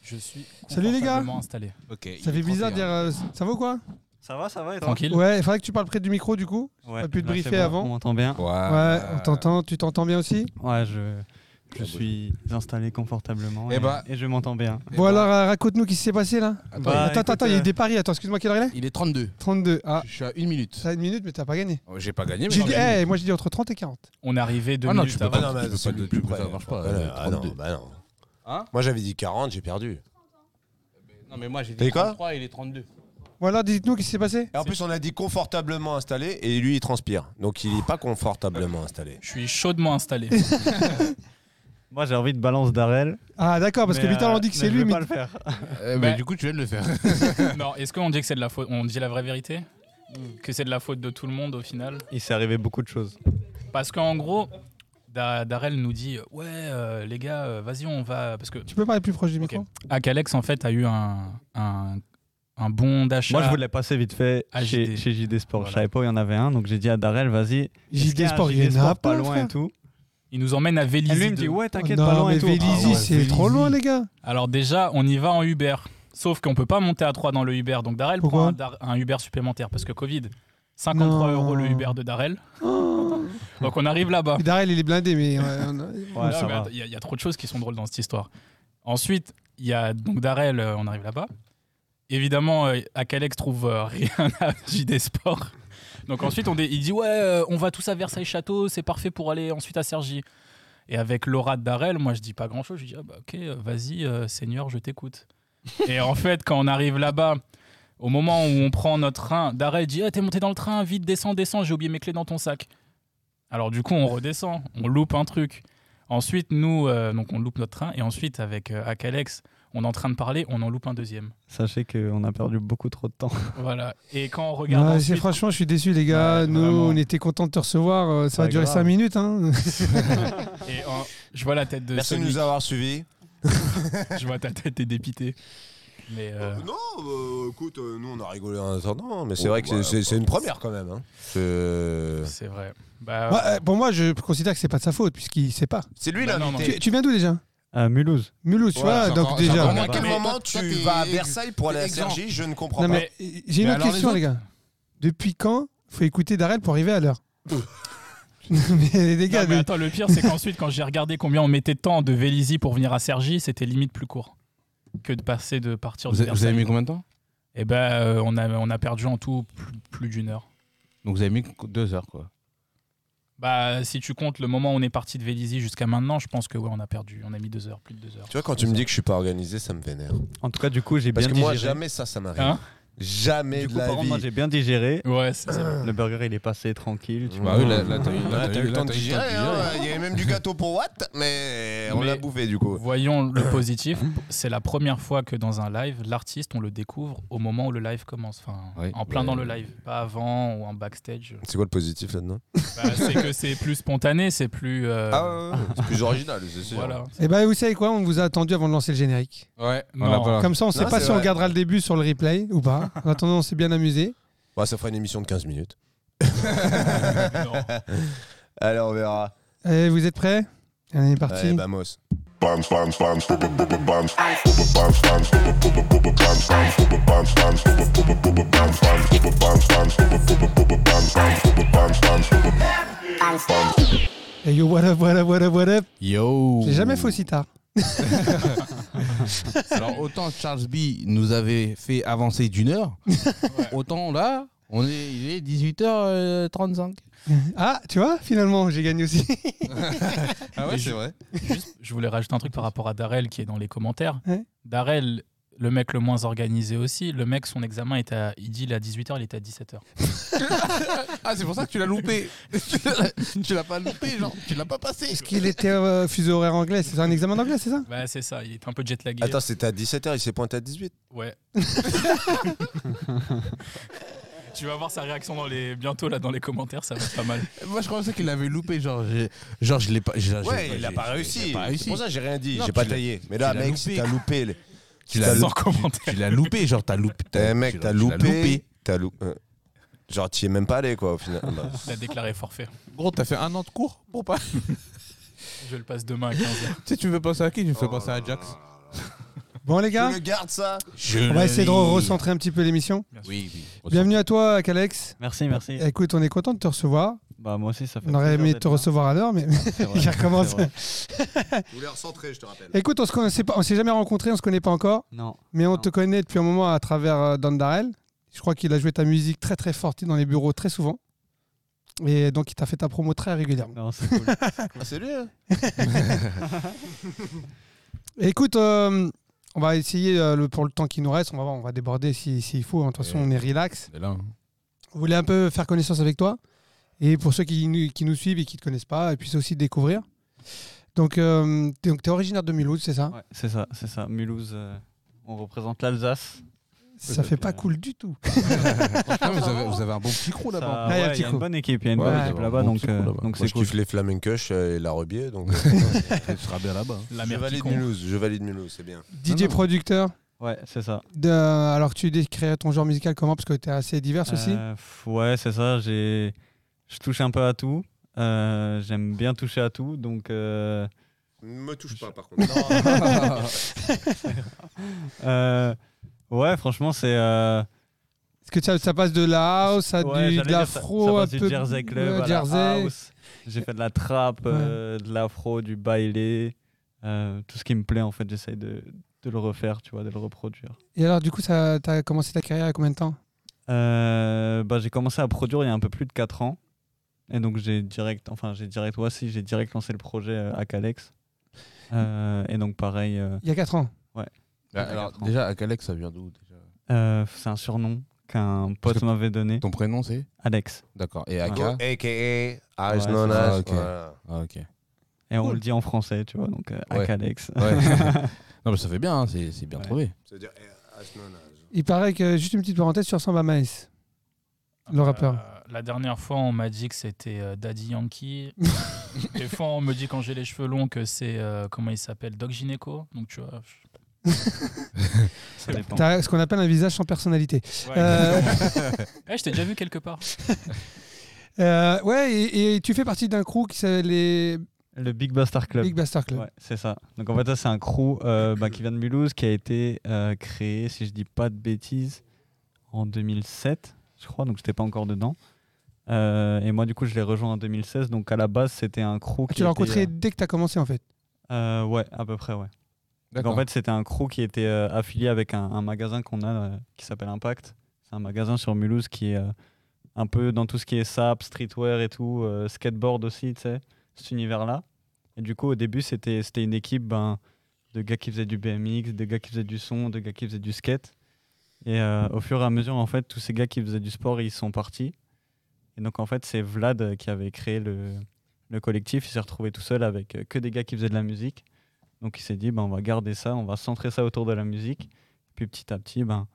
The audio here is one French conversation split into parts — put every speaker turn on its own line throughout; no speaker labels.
Je suis
Salut les gars.
confortablement installé.
Ok. il
Ça fait
est
bizarre de
31.
dire. euh, ça va ou quoi
Ça va, ça va et toi
Tranquille.
Ouais, il faudrait que tu parles près du micro du coup.
Ouais.
Pas pu te
Là, Bah, c'est
briefer
bon, Ah.
avant.
On m'entend bien.
Ouais.
Ouais, on t'entend. Tu t'entends bien aussi
Ouais, je, je
Ah,
suis installé confortablement
Eh
et,
bah.
et je m'entends bien.
Eh
Bon
ben,
alors, euh, raconte-nous qu'est-ce qui s'est passé là.
Ah
Attends,
Bah,
attends, attends,
écoute,
attends, il y a eu
euh,
des paris. Attends, excuse-moi, quelle heure il est
Il est 32.
32. Ah,
Je suis à une minute.
ça a une minute, mais t'as pas gagné.
Oh, J'ai pas gagné, mais.
J'ai
j'en
dit,
ai une.
eh, moi j'ai dit entre 30 et 40.
On est arrivé deux
Ah non,
minutes
tu peux
avant.
pas.
bah mais
tu peux
c'est
pas
le
de-
plus
tu peux-
près.
ça marche pas,
Ah,
euh,
non, ah non,
32.
bah non.
Hein
Moi j'avais dit 40, j'ai perdu.
Non, mais moi j'ai
T'as
dit
dit quoi
33 et il est 32.
Bon alors, dites-nous qu'est-ce qui s'est passé.
Et en plus on a dit confortablement installé et lui il transpire. Donc il est pas confortablement installé.
Je suis chaudement installé.
Moi, j'ai envie de balance d'Arel.
Ah d'accord, parce que
mais,
Peter
euh,
on dit que
mais
c'est
je
lui,
vais
mais
pas le faire.
Euh,
Bah-
mais du coup, tu viens de le faire.
non, est-ce qu'on dit que c'est de la faute On dit la vraie vérité Que c'est de la faute de tout le monde au final
Il s'est arrivé beaucoup de choses.
Parce qu'en gros, Da- Darrell nous dit Ouais, euh, les gars, euh, vas-y, on va. Parce que
tu peux parler plus proche du
Ok.
micro
Akalex, en fait, a eu un, un, un bon d'achat.
Moi, je voulais passer vite fait
Ah, JD.
chez, chez JD Sport.
Voilà.
Je savais pas où il y en avait un, donc j'ai dit à Darel, vas-y. est-ce
JD
qu'il y a un
Sport, il y en a
Sport pas
plein,
loin
frère.
et tout.
Il nous emmène à Vélizy.
Et lui, il me
de-
dit, ouais, t'inquiète,
Non,
pas loin
mais
et tout.
Vélizy,
Ah ouais,
c'est
Vélizy.
trop loin, les gars.
Alors, déjà, on y va en Uber. Sauf qu'on peut pas monter à 3 dans le Uber. Donc, Darrell
Pourquoi
prend un, Dar- un Uber supplémentaire parce que Covid. 53
Non. Oh.
euros le Uber de Darrell. Donc, on arrive là-bas.
Et Darrell, il est blindé, mais. euh, on a-
Ah, ouais,
Non,
ça
mais
va.
attends, Il y, a- il y a trop de choses qui sont drôles dans cette histoire. Ensuite, il y a donc Darrell, euh, on arrive là-bas. Évidemment, euh, Akalex trouve euh, rien à JD Sport. Donc ensuite, on dé- il dit Ouais, euh, on va tous à Versailles-Château, c'est parfait pour aller ensuite à Cergy. Et avec Laura de Darrell, moi je dis pas grand chose, je dis Ah bah, Ok, euh, vas-y, euh, Seigneur, je t'écoute. Et en fait, quand on arrive là-bas, au moment où on prend notre train, Darrell dit Ah, T'es monté dans le train, vite, descends, descends, j'ai oublié mes clés dans ton sac. Alors du coup, on redescend, on loupe un truc. Ensuite, nous, euh, donc on loupe notre train. Et ensuite, avec euh, Akalex, on est en train de parler, on en loupe un deuxième.
Sachez qu'on a perdu beaucoup trop de temps.
Voilà. Et quand on regarde
Ouais, c'est
ensuite,
franchement, je suis déçu, les gars.
Ouais,
Nous,
vraiment.
on était contents de te recevoir. euh, Ça
Pas
va durer
grave.
5 minutes. Hein.
et, euh, je vois la tête de
Merci de
Sonic,
nous avoir suivis.
je vois ta tête, t'es dépité. Mais euh,
Non, euh, écoute, euh, nous on a rigolé en attendant, mais c'est
Oh,
vrai que c'est-
bah,
c'est
bah,
c'est une première quand même. hein. C'est
c'est vrai. Bah,
Moi, euh, pour moi, je considère que c'est pas de sa faute, puisqu'il sait pas.
c'est lui
Bah, non,
l'invité.
non,
Tu, tu viens d'où déjà
À Mulhouse.
Mulhouse, tu
Voilà,
vois.
c'est
Donc
encore- c'est
déjà.
encore
Comment, à quel
Mais
moment
toi, toi,
tu
t'es
vas à
ex-
Versailles pour aller à
t'es exempt.
Sergi Je ne comprends
Non,
pas.
mais euh, j'ai une
Mais
autre
alors, les
question, les, gars. Depuis quand faut écouter Darrell pour arriver à l'heure Mais les gars,
non, mais
mais-
attends, le pire, c'est qu'ensuite, quand j'ai regardé combien on mettait de temps de Vélizy pour venir à Cergy, c'était limite plus court que de passer de partir
Vous
de
avez- vous avez mis
Versailles.
combien de temps
Et ben, euh, on a on a perdu en tout plus, plus d'une heure.
Donc, vous avez mis deux heures, quoi.
Bah, si tu comptes le moment où on est parti de Vélizy jusqu'à maintenant, je pense que ouais, on a perdu. On a mis deux heures, plus de deux heures.
Tu vois, quand tu me dis que je suis pas organisé, ça me vénère.
En tout cas, du coup, j'ai bien
Parce que moi,
digéré.
jamais ça, ça m'arrive.
Hein
Jamais
Du
de
coup,
la
par contre, moi,
vie.
j'ai bien digéré.
Ouais, c'est ça.
Le burger, il est passé tranquille. tu
Bah
vois.
oui, là, là, t'as eu- là,
Mmh. Ouais,
t'as eu le temps de
digérer,
digérer.
hein.
hein.
Il y avait même du gâteau pour Watt, mais on
Mais-
l'a bouffé du coup.
Voyons le positif.
Mmh.
C'est la première fois que dans un live, l'artiste, on le découvre au moment où le live commence. Enfin,
Oui.
en plein
Ouais.
dans le live. Pas avant ou en backstage.
C'est quoi le positif là-dedans
Bah, c'est que c'est plus spontané, c'est plus. euh,
Ah, ouais, ouais, c'est plus original, c'est sûr.
voilà.
eh ben, vous savez quoi On vous a attendu avant de lancer le générique.
Ouais,
Non.
voilà, voilà.
Comme ça, on sait
Non,
pas
c'est
si on
vrai.
regardera le début sur le replay ou pas. En attendant, on s'est bien amusé.
Bah, ça fera une émission de 15 minutes.
Non.
Allez, on verra.
Eh, vous êtes prêts Allez, c'est parti.
Allez, vamos.
Eh yo, what up, what up, what up, what up
Yo
J'ai jamais fait aussi tard.
Alors autant Charles B nous avait fait avancer d'une heure, autant là, on est, il est 18h35.
Ah, tu vois, finalement, j'ai gagné aussi.
Ah
ouais, c'est
vrai.
Juste, je voulais rajouter un truc par rapport à Darrell qui est dans les commentaires.
Ouais.
Darrell, le mec le moins organisé aussi, le mec, son examen, était à, il dit il est à 18h, il était à 17h.
Ah c'est pour ça que tu l'as loupé. tu l'as pas loupé, genre, tu l'as pas passé.
Parce qu'il était euh, fuseau horaire anglais, c'est ça, un examen d'anglais, c'est ça
Bah, c'est ça, il était un peu jetlagué.
Attends, c'était à 17h, il s'est pointé à 18
Ouais. tu vas voir sa réaction dans les... bientôt là dans les commentaires, ça va être pas mal.
Moi je pensais qu'il l'avait loupé, genre, j'ai- genre je l'ai pas. j'ai- j'ai- j'ai-
a
j'ai- j'ai pas
C'est
réussi.
pour ça que j'ai rien dit,
Non,
j'ai pas
tu l'as-
taillé. Mais
tu
là,
l'as
mec,
loupé.
si t'as loupé. les-
Tu
T'as
l'as
loupé.
Sans commentaire.
Tu l'as loupé, genre t'as loupé.
Eh, mec,
tu
t'as
l'as- tu l'as
loupé. T'as loupé. Euh, Genre, t'y es même pas allé, quoi, au final. Bah,
Il a déclaré forfait.
Gros, t'as fait un an de cours pour pas. tu
Je le passe demain à 15h.
Oh sais, tu veux penser à qui Tu me fais penser à Jax.
Bon, les
Je
gars,
le garde ça.
on va essayer de recentrer un petit peu l'émission.
Oui, oui.
Bienvenue à toi, Calex.
Merci, merci.
Écoute, on est content de te recevoir.
Bah, moi aussi, ça fait
On aurait
plaisir
aimé
d'être
te
là.
recevoir à l'heure, mais
C'est vrai,
il recommence.
c'est vrai.
Vous les recentrez, je te rappelle.
Écoute, on se connaissait pas, on s'est jamais rencontrés, on se connaît pas encore,
Non,
mais on
Non.
te connaît depuis un moment à travers euh, Don Darrell. Je crois qu'il a joué ta musique très très forte dans les bureaux très souvent, et donc il t'a fait ta promo très régulièrement.
non, c'est cool.
Ah, c'est lui. hein
Écoute, euh, on va essayer euh, le, pour le temps qui nous reste, on va voir, on va déborder si- s'il faut. Attention,
Ouais.
on est relax.
C'est là. hein.
On voulait un peu faire connaissance avec toi. Et pour ceux qui nous, qui nous suivent et qui ne te connaissent pas, ils puissent aussi te découvrir. Donc, euh, tu es originaire de Mulhouse, c'est ça
Ouais, c'est ça, c'est ça. Mulhouse, euh, on représente l'alsace.
Ça fait pas
Euh,
cool du tout.
Franchement, hein. vous, avez, vous avez un bon petit crew
Ça-
là-bas.
Ah, il y a
ouais,
un petit
il y a
coup.
une bonne équipe, il y a une
Ouais,
bonne
ouais,
équipe
ouais,
là-bas,
bon
donc
petit coup
euh,
là-bas.
donc
Moi,
c'est
je
cool.
kiffe les flamencush euh, et la rebier, donc euh,
Tu seras bien là-bas.
La
je
mère qui
valide
compte.
Mulhouse, je valide Mulhouse, c'est bien.
DJ
non.
producteur,
Ouais, c'est ça.
de- alors tu décrirais ton genre musical comment Parce que tu es assez divers aussi.
Euh, f- ouais, c'est ça. J'ai, je touche un peu à tout. Euh, j'aime bien toucher à tout, donc euh,
Me touche pas, par contre.
euh, ouais, franchement, c'est euh,
Est-ce que ça, ça passe de la house à
ouais,
du,
j'allais
de
dire, ça,
l'afro
ça
un
passe
peu
du Jersey Club,
ouais,
à la
Jersey.
house. J'ai fait de la trappe, euh, de l'afro, du bailé, euh, tout ce qui me plaît en fait. J'essaye de, de le refaire, tu vois, de le reproduire.
Et alors, du coup, tu as commencé ta carrière à combien de temps
Euh, bah, j'ai commencé à produire il y a un peu plus de 4 ans. Et donc j'ai direct, enfin j'ai direct, ouais, si, j'ai direct lancé le projet euh, à Calex. Euh, et donc pareil, euh,
Il y a 4 ans.
Bah, Alors, déjà, à Calex, ça vient d'où déjà
euh, c'est un surnom qu'un
Parce
pote
que-
m'avait donné,
Ton prénom, c'est
Alex.
D'accord. Et AK
Ouais.
AKA Ah,
Ouais,
Eyes
c'est
Non
ça,
Eyes,
ok.
voilà.
Ah, ok.
Et on
Cool.
le dit en français, tu vois, donc euh, à
Ouais.
Calex.
Ouais. non, mais ça fait bien, hein, c'est c'est bien
Ouais.
trouvé.
C'est-à-dire eh, Eyes Non Eyes.
Il paraît que, juste une petite parenthèse, tu ressembles à Maes. Le rappeur.
Euh, la dernière fois, on m'a dit que c'était euh, Daddy Yankee. Des fois, on me dit quand j'ai les cheveux longs que c'est euh, comment il s'appelle Doc Gineco. Donc tu vois. je-
ça dépend.
Tu as ce qu'on appelle un visage sans personnalité.
Ouais,
Euh.
exactement. Eh, je t'ai déjà vu quelque part.
Euh, ouais, et, et tu fais partie d'un crew qui s'appelle les
Le Big Buster Club.
Big Bastard Club.
Ouais, c'est ça. Donc en fait, ça, c'est un crew euh, bah, qui vient de Mulhouse, qui a été euh, créé, si je dis pas de bêtises, en 2007, je crois, donc j'étais pas encore dedans. Euh, et moi, du coup, je l'ai rejoint en 2016. Donc à la base, c'était un crew.
Ah,
qui euh,
Tu l'as
était,
rencontré dès que tu as commencé en fait.
euh, euh, Ouais, à peu près, ouais. Donc
D'accord.
en fait, c'était un crew qui était euh, affilié avec un, un magasin qu'on a euh, qui s'appelle Impact. C'est un magasin sur Mulhouse qui est euh, un peu dans tout ce qui est sap, streetwear et tout, euh, skateboard aussi, tu sais, cet univers-là. Et du coup, au début, c'était c'était une équipe ben, de gars qui faisaient du BMX, de gars qui faisaient du son, de gars qui faisaient du skate. Et euh, au fur et à mesure, en fait, tous ces gars qui faisaient du sport, ils sont partis. Et donc, en fait, c'est Vlad euh, qui avait créé le, le collectif. Il s'est retrouvé tout seul avec euh, que des gars qui faisaient de la musique. Donc, il s'est dit, ben, on va garder ça, on va centrer ça autour de la musique. Puis, petit à petit, ben,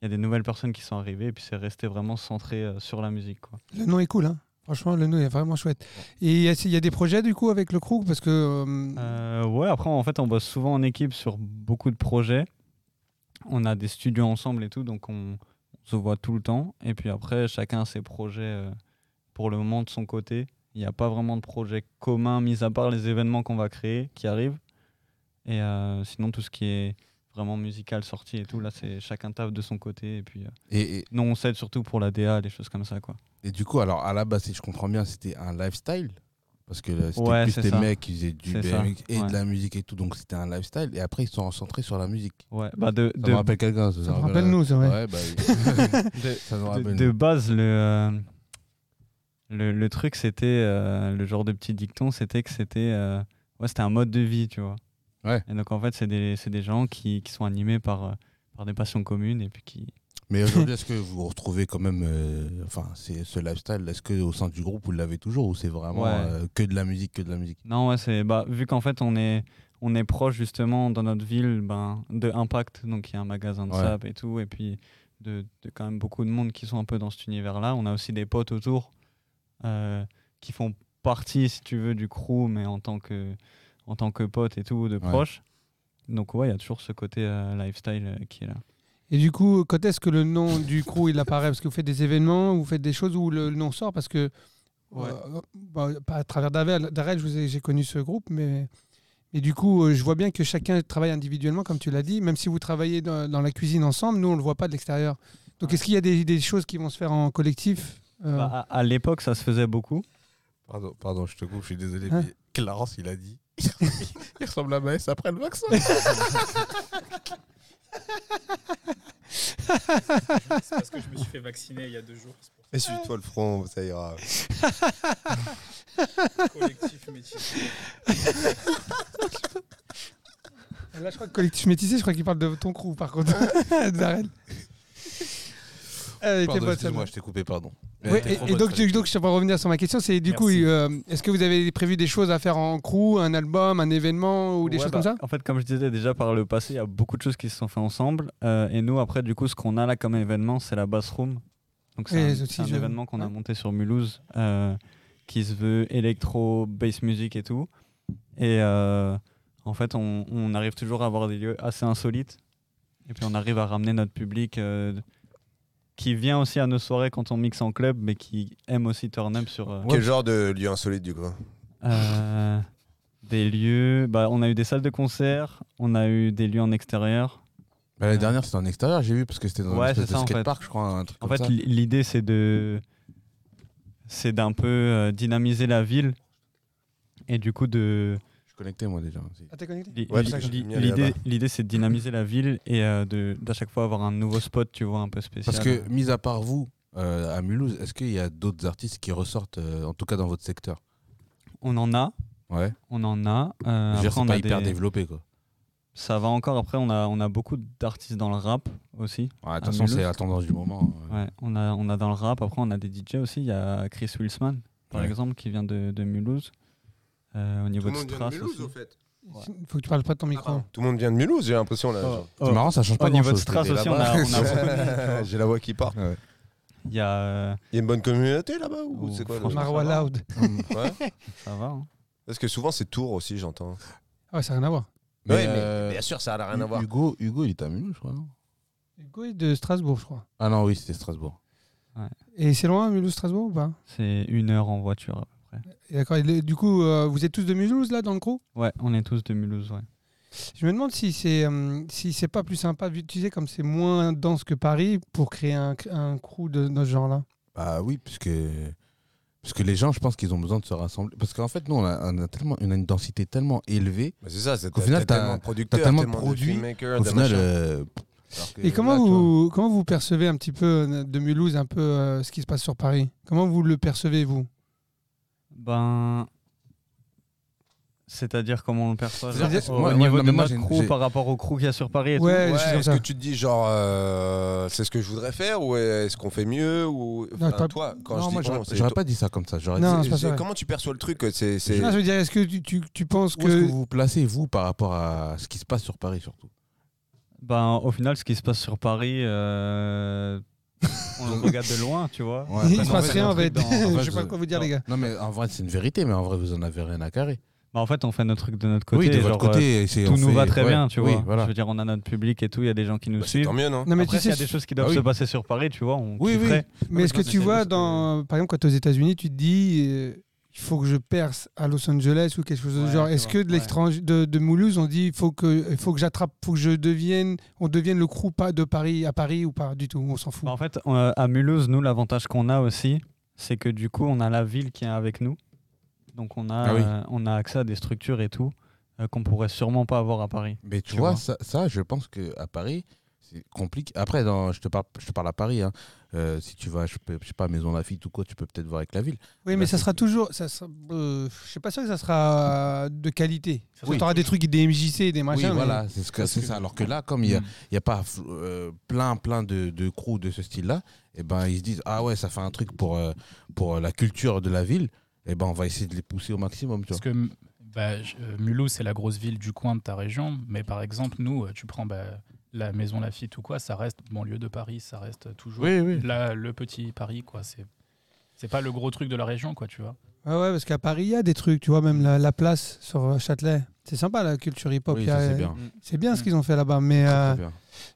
il y a des nouvelles personnes qui sont arrivées. Et puis, c'est resté vraiment centré euh, sur la musique. Quoi.
Le nom est cool, hein. franchement, le nom est vraiment chouette. Et il y, a- il y a des projets du coup avec le crew parce que. euh,
Euh, ouais, après, en fait, on bosse souvent en équipe sur beaucoup de projets. On a des studios ensemble et tout, donc on, on se voit tout le temps. Et puis après, chacun a ses projets euh, pour le moment de son côté. Il n'y a pas vraiment de projet commun, mis à part les événements qu'on va créer qui arrivent. Et euh, sinon, tout ce qui est vraiment musical, sorti et tout, là, c'est chacun taf de son côté. Et puis, euh,
Et, et,
nous, on s'aide surtout pour la DA, les choses comme ça, quoi.
et du coup, alors à la base, si je comprends bien, c'était un lifestyle. Parce que euh, c'était
Ouais,
plus
c'est
des
ça.
mecs qui faisaient du
C'est
BMX
ça,
et
ouais.
de la musique et tout. Donc c'était un lifestyle. Et après, ils se sont centrés sur la musique.
Ouais, bah de,
Ça
de-
me rappelle quelqu'un.
Euh,
Ça me rappelle nous, c'est vrai.
Ouais, bah, oui. ça nous
de,
rappelle.
de
nous.
base, le, euh, le, le truc, c'était euh, le genre de petit dicton, c'était que c'était euh, ouais, c'était un mode de vie, tu vois.
Ouais.
Et donc, en fait, c'est des, c'est des gens qui, qui sont animés par, euh, par des passions communes et puis qui.
Mais aujourd'hui, est-ce que vous retrouvez quand même, euh, enfin, c'est ce lifestyle Est-ce que au sein du groupe, vous l'avez toujours ou c'est vraiment
Ouais.
euh, que de la musique, que de la musique
Non, ouais, c'est. Bah, vu qu'en fait, on est, on est proche, justement, dans notre ville, ben, de Impact, donc il y a un magasin de
Ouais.
sap et tout, et puis de, de quand même beaucoup de monde qui sont un peu dans cet univers-là. On a aussi des potes autour euh, qui font partie, si tu veux, du crew, mais en tant que, en tant que pote et tout, de proche. Donc, ouais, il y a toujours ce côté euh, lifestyle euh, qui est là.
Et du coup, quand est-ce que le nom du crew il apparaît Parce que vous faites des événements, vous faites des choses où le, le nom sort parce que.
Ouais.
euh, bah, pas à travers Darel, Darel, je vous ai- j'ai connu ce groupe, mais Et du coup, euh, je vois bien que chacun travaille individuellement, comme tu l'as dit. Même si vous travaillez dans, dans la cuisine ensemble, nous, on ne le voit pas de l'extérieur. Donc, est-ce qu'il y a des, des choses qui vont se faire en collectif Euh,
Bah, à à l'époque, ça se faisait beaucoup.
Pardon, pardon, je te coupe, je suis désolé,
Hein
mais Clarence, il a dit. il ressemble à Maës après le vaccin.
C'est parce que je me suis fait vacciner il y a deux jours.
Essuie-toi le front, ça ira.
Collectif métier.
Là, je crois que collectif métissé, je crois qu'il parle de ton crew, par contre. Darren. Elle était
Pardon,
bonne,
excuse-moi,
celle-là.
je t'ai coupé, pardon.
Ouais,
Elle était trop
et, et
bonne,
donc,
celle-là.
donc, je vais pas revenir sur ma question. C'est du
Merci.
coup, euh, est-ce que vous avez prévu des choses à faire en crew, un album, un événement ou des
Ouais,
choses
bah,
comme ça
En fait, comme je disais déjà par le passé, il y a beaucoup de choses qui se sont faites ensemble. Euh, et nous, après, du coup, ce qu'on a là comme événement, c'est la bassroom. Donc,
Et
c'est un,
les outils,
c'est un
je-
événement qu'on a
ouais.
monté sur Mulhouse euh, qui se veut électro, bass music et tout. Et euh, en fait, on, on arrive toujours à avoir des lieux assez insolites. Et puis, on arrive à ramener notre public euh, qui vient aussi à nos soirées quand on mixe en club, mais qui aime aussi turn up sur. euh,
Quel genre de lieu insolite du coup
euh, des lieux. Bah, on a eu des salles de concert, on a eu des lieux en extérieur.
Bah, la dernière, c'était en extérieur, j'ai vu, parce que c'était dans
Ouais,
un
c'est ça, en fait.
skatepark, je crois, un truc
En
comme
fait,
ça.
l- l'idée, c'est de. C'est d'un peu euh, dynamiser la ville. Et du coup, de.
Je suis connecté, moi, déjà.
Ah, t'es connecté
li-
Ouais,
li-
c'est ça que j'ai
li-
mis à là-bas.
L'idée, l'idée, c'est de dynamiser la ville et euh, de, d'à chaque fois avoir un nouveau spot, tu vois, un peu spécial.
Parce que, mis à part vous, euh, à Mulhouse, est-ce qu'il y a d'autres artistes qui ressortent, euh, en tout cas dans votre secteur
On en a.
Ouais.
On en a. euh,
Je veux dire,
après,
c'est
on
pas
a
hyper
des-
développé, quoi.
Ça va encore. Après, on a, on a beaucoup d'artistes dans le rap aussi.
Ouais, de
À
toute façon, c'est
Mulhouse.
la tendance du moment. euh. ouais.
Ouais, on a, on a dans le rap, après on a des DJ aussi, il y a Chris Wilsman, par
Ouais.
exemple, qui vient de, de Mulhouse. Euh, au niveau de Strass aussi.
fait.
Il faut que tu parles pas de ton micro.
Tout le monde vient de Mulhouse, j'ai l'impression là.
C'est marrant, ça change pas
Au niveau de
grand-chose.
Strass
T'étais
aussi, on a,
là-bas.
on a beaucoup-
j'ai la voix qui part.
Il y a... euh,
Il y a une bonne communauté là-bas ou
Oh,
c'est quoi le-
franchement,
Marwa Loud.
Ouais.
ça va. hein.
Parce que souvent c'est Tours aussi, j'entends.
Ah, ça n'a rien à voir.
Mais,
Ouais, mais
euh,
bien sûr, ça n'a rien à
Hu-
voir.
Hugo, Hugo, il était à Mulhouse, je crois. non
Hugo est de Strasbourg, je crois.
Ah non, oui, c'était Strasbourg.
Et c'est loin, Mulhouse-Strasbourg ou pas
C'est une heure en voiture à peu près.
Et D'accord. et le- Du coup, euh, vous êtes tous de Mulhouse, là, dans le crew
Ouais, on est tous de Mulhouse, ouais.
Je me demande si c'est euh, si c'est pas plus sympa d'utiliser comme c'est moins dense que Paris pour créer un, un crew de, de ce genre-là.
Bah oui, puisque, puisque les gens, je pense qu'ils ont besoin de se rassembler. Parce qu'en fait, nous, on a, on a tellement, on a une densité tellement élevée.
Bah, c'est ça, c'est
Au final, t'as-
tellement de producteurs,
t'as tellement de
tellement de
produits,
filmmakers,
Au
de
final,
machins.
euh, alors que
Et comment,
là, tu vois,
vous, comment vous percevez un petit peu euh, de Mulhouse, un peu euh, ce qui se passe sur Paris Comment vous le percevez, vous
Ben... C'est-à dire comment on le perçoit genre,
C'est-à-dire-
au,
moi-
au
moi,
niveau
non,
de
mais moi,
notre
j'ai-
crew
j'ai-
par rapport au crew qu'il y a sur Paris et
Ouais,
Ouais,
je suis comme
est-ce
ça.
que tu te dis genre euh, c'est ce que je voudrais faire ou est-ce qu'on fait mieux ou
Non,
Enfin,
pas-
toi quand
non,
je dis
moi,
ton,
j'aurais
c'est
j'aurais
toi-
pas dit ça comme ça. J'aurais
Non,
dit
c'est pas
c'est-
ça.
comment tu perçois le truc euh, c'est c'est
Non, Je veux dire, est-ce que tu, tu, tu penses
où est-ce que
que.
vous vous placez, vous, par rapport à ce qui se passe sur Paris, surtout
Ben, au final, ce qui se passe sur Paris, euh, on le regarde de loin, tu
Ouais,
vois.
Il
parce
se
qu'en
passe
fait,
rien, en fait.
dans- en
Je
fait,
sais pas quoi vous dire,
dans-
les gars.
Non, mais en vrai, c'est une vérité, mais en vrai, vous en avez rien à carrer.
Bah, en fait, on fait notre truc de notre côté.
oui, de
genre,
votre côté, c'est-
euh, tout
on
nous
fait-
va très
ouais,
bien, tu
oui,
vois.
Voilà.
Je veux dire, on a notre public et tout, il y a des gens qui nous
Bah, c'est
suivent.
tant mieux non
Non, mais
Après,
tu
s'il y
sais,
a des choses qui doivent
Ah oui.
se passer sur Paris, tu vois, on
Oui, oui.
kifferait.
mais est-ce que
dans
tu
des
vois,
choses que-
dans, par exemple, quand tu es aux États-Unis, tu te dis. euh, il faut que je perce à Los Angeles ou quelque chose de
Ouais,
genre.
tu
Est-ce
vois,
que de,
ouais.
l'étrange- de, de Mulhouse, on dit il faut que, il faut que j'attrape, faut que je devienne, on devienne le crew pas de Paris à Paris ou pas du tout, on s'en fout.
Bah, en fait, on- à Mulhouse, nous, l'avantage qu'on a aussi, c'est que du coup, on a la ville qui est avec nous. Donc, on a,
Ah oui.
euh, on a accès à des structures et tout euh, qu'on pourrait sûrement pas avoir à Paris.
Mais tu,
Tu
vois,
vois.
Ça, ça, je pense qu'à Paris, c'est compliqué. Après, dans, je, te parle, je te parle à Paris. hein. Euh, si tu vas, je, peux- je sais pas, à Maison Lafitte ou quoi, tu peux peut-être voir avec la ville.
Oui,
Bah,
mais ça
c'est-
sera toujours. Ça sera, euh, je suis pas sûr que ça sera de qualité.
Oui.
Tu auras des trucs, des MJC et des
oui,
machins. mais-
voilà, c'est ce que- c'est ça. Alors que là, comme il n'y a, il y a pas fl- euh, plein, plein de, de crews de ce style-là, et ben, ils se disent Ah ouais, ça fait un truc pour, euh, pour euh, la culture de la ville. Et ben, on va essayer de les pousser au maximum. Tu
Parce
vois.
que m- bah, je- euh, Mulhouse, c'est la grosse ville du coin de ta région. Mais par exemple, nous, euh, tu prends bah, la Maison Lafitte ou quoi, ça reste banlieue de Paris, ça reste toujours
oui.
là, le petit Paris, quoi. C'est c'est pas le gros truc de la région, quoi, tu vois.
Ah ouais, parce qu'à Paris, il y a des trucs. Tu vois, même la, la place sur euh, Châtelet. C'est sympa la culture hip-hop.
Oui,
il y a- euh,
ça, c'est bien.
C'est bien ce
Mm.
qu'ils ont fait là-bas, mais,
Très,
euh,
très bien.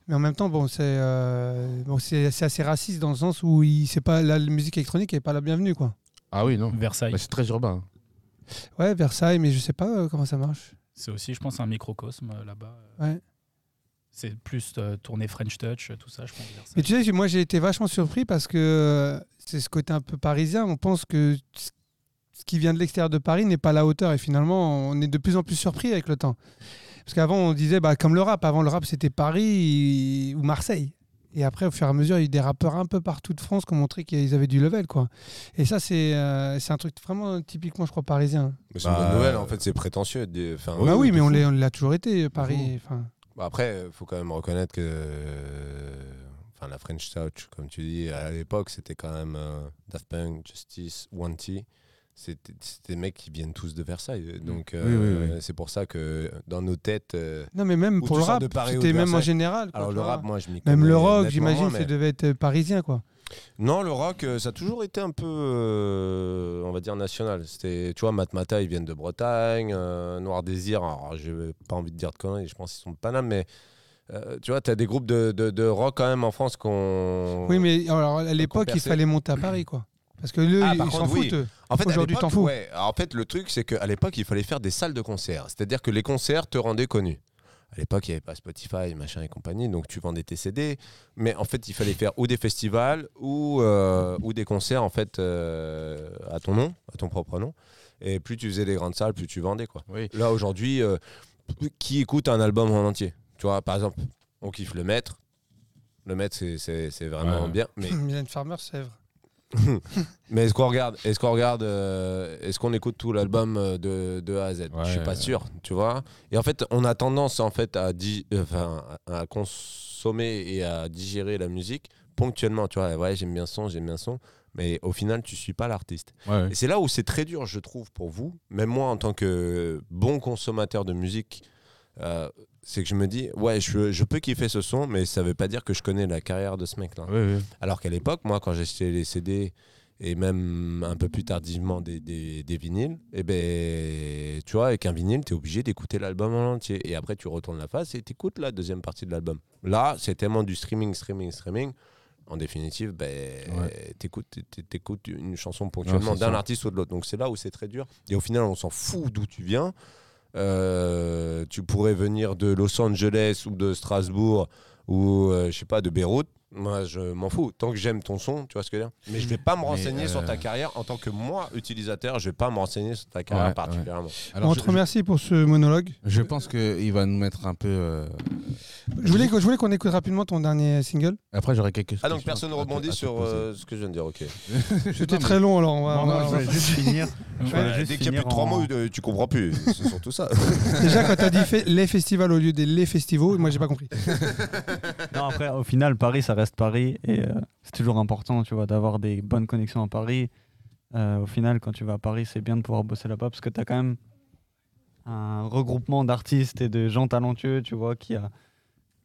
mais en même temps, bon, c'est euh, bon, c'est c'est assez raciste dans le sens où il, c'est pas la, la musique électronique n'est pas la bienvenue, quoi.
Ah oui, non.
Versailles.
Bah, c'est très urbain. hein.
Ouais, Versailles, mais je sais pas euh, comment ça marche.
C'est aussi, je pense, un microcosme euh, là-bas.
Ouais.
C'est plus euh, tourné French Touch, euh, tout ça, je pense. vers ça.
Mais tu sais, j'ai- moi j'ai été vachement surpris parce que euh, c'est ce côté un peu parisien. On pense que ce ce qui vient de l'extérieur de Paris n'est pas à la hauteur et finalement on est de plus en plus surpris avec le temps. Parce qu'avant on disait bah, comme le rap, avant le rap c'était Paris ou Marseille. Et après, au fur et à mesure, il y a eu des rappeurs un peu partout de France qui ont montré qu'ils avaient du level. quoi. Et ça, c'est euh, c'est un truc vraiment typiquement, je crois, parisien.
Mais c'est une
Bah,
bonne nouvelle, en fait, c'est prétentieux. de- enfin,
bah oui, mais
Ah de
on
fou.
l'est- on l'a toujours été, euh, Paris. Enfin,
Bah après, il faut quand même reconnaître que euh, enfin, la French Touch, comme tu dis, à l'époque, c'était quand même euh, Daft Punk, Justice, One T. C'était c'était des mecs qui viennent tous de Versailles.
Mm.
Donc, euh, c'est pour ça que dans nos têtes. euh,
Non, mais même
Ou
pour le
tu sors
rap,
de Paris ou de
c'était même en
Marseille.
général. quoi,
alors,
tu
le
vois.
rap, moi, je m'y
hein. même
connais
le rock,
nettement
j'imagine,
moins,
ça
mais-
devait être euh, parisien, quoi.
Non, le rock, euh, ça a toujours été un peu, euh, on va dire, national. C'était, tu vois, Matmata, ils viennent de Bretagne, euh, Noir Désir, alors j'ai pas envie de dire de conneries, je pense qu'ils sont de Paname, mais euh, tu vois, tu as des groupes de, de- de rock quand même en France qu'on.
Oui, mais alors à l'époque, il
percer.
fallait monter à Paris, quoi. Parce que eux,
Ah, par
ils s'en
contre, oui.
foutent. eux.
En fait, à
Aujourd'hui, t'en
l'époque,
fous.
ouais. Alors, en fait, le truc, c'est qu'à l'époque, il fallait faire des salles de concert. C'est-à-dire que les concerts te rendaient connu. À l'époque, il n'y avait pas Spotify, machin et compagnie, donc tu vendais tes CD. Mais en fait, il fallait faire ou des festivals ou, euh, ou des concerts, en fait, euh, à ton nom, à ton propre nom. Et plus tu faisais des grandes salles, plus tu vendais, quoi.
Oui.
Là, aujourd'hui, euh, qui écoute un album en entier Tu vois, par exemple, on kiffe Le Maître. Le Maître, c'est- c'est c'est vraiment
Ouais.
bien. Mais
Mylène Farmer, Sèvres.
mais est-ce qu'on regarde, est-ce qu'on regarde, euh, est-ce qu'on écoute tout l'album euh, de, de A à Z Je suis pas
Ouais.
sûr, tu vois. Et en fait, on a tendance en fait à, di- euh, enfin, à à consommer et à digérer la musique ponctuellement, tu vois. Ouais, j'aime bien son, j'aime bien son, mais au final, tu suis pas l'artiste.
Ouais,
Et c'est là où c'est très dur, je trouve, pour vous, même moi en tant que bon consommateur de musique, euh, c'est que je me dis, ouais, je, je peux kiffer ce son, mais ça veut pas dire que je connais la carrière de ce mec-là.
ouais.
Alors qu'à l'époque, moi, quand j'achetais les CD et même un peu plus tardivement des, des- des vinyles, et ben, tu vois, avec un vinyle, tu es obligé d'écouter l'album en entier. Et après, tu retournes la face et tu écoutes la deuxième partie de l'album. Là, c'est tellement du streaming, streaming, streaming. En définitive, ben, t'écoutes, t'é- t'écoutes une chanson ponctuellement
Ouais, c'est
d'un
ça.
artiste ou de l'autre. Donc c'est là où c'est très dur. Et au final, on s'en fout d'où tu viens. Euh, tu pourrais venir de Los Angeles ou de Strasbourg ou euh, je sais pas de Beyrouth. Moi, je m'en fous. Tant que j'aime ton son, tu vois ce que je veux dire. Mais je vais pas me renseigner
euh,
sur ta carrière en tant que moi utilisateur. Je vais pas me renseigner sur ta carrière
Ouais,
particulièrement.
Alors,
on
je,
te remercie pour ce monologue.
je- je pense qu'il va nous mettre un peu. euh,
Je voulais, que- je voulais qu'on écoute rapidement ton dernier single.
Après, j'aurais quelques
Ah donc
questions
personne ne
à te- à
rebondit
te
sur
poser.
euh, ce que je viens de dire. Ok.
C'était
Non, mais-
très long, alors on va.
Non,
on va-
non, je vais juste finir. Je vais
Ouais,
juste
dès qu'il y a plus
finir
de trois
en-
mots, euh, tu comprends plus. C'est surtout ça.
Déjà, quand t'as dit fait- les festivals au lieu des les festivals, moi j'ai pas compris.
Non, après, au final, Paris, ça reste Paris. Et euh, c'est toujours important, tu vois, d'avoir des bonnes connexions à Paris. Euh, au final, quand tu vas à Paris, c'est bien de pouvoir bosser là-bas parce que tu as quand même un regroupement d'artistes et de gens talentueux, tu vois, qui a,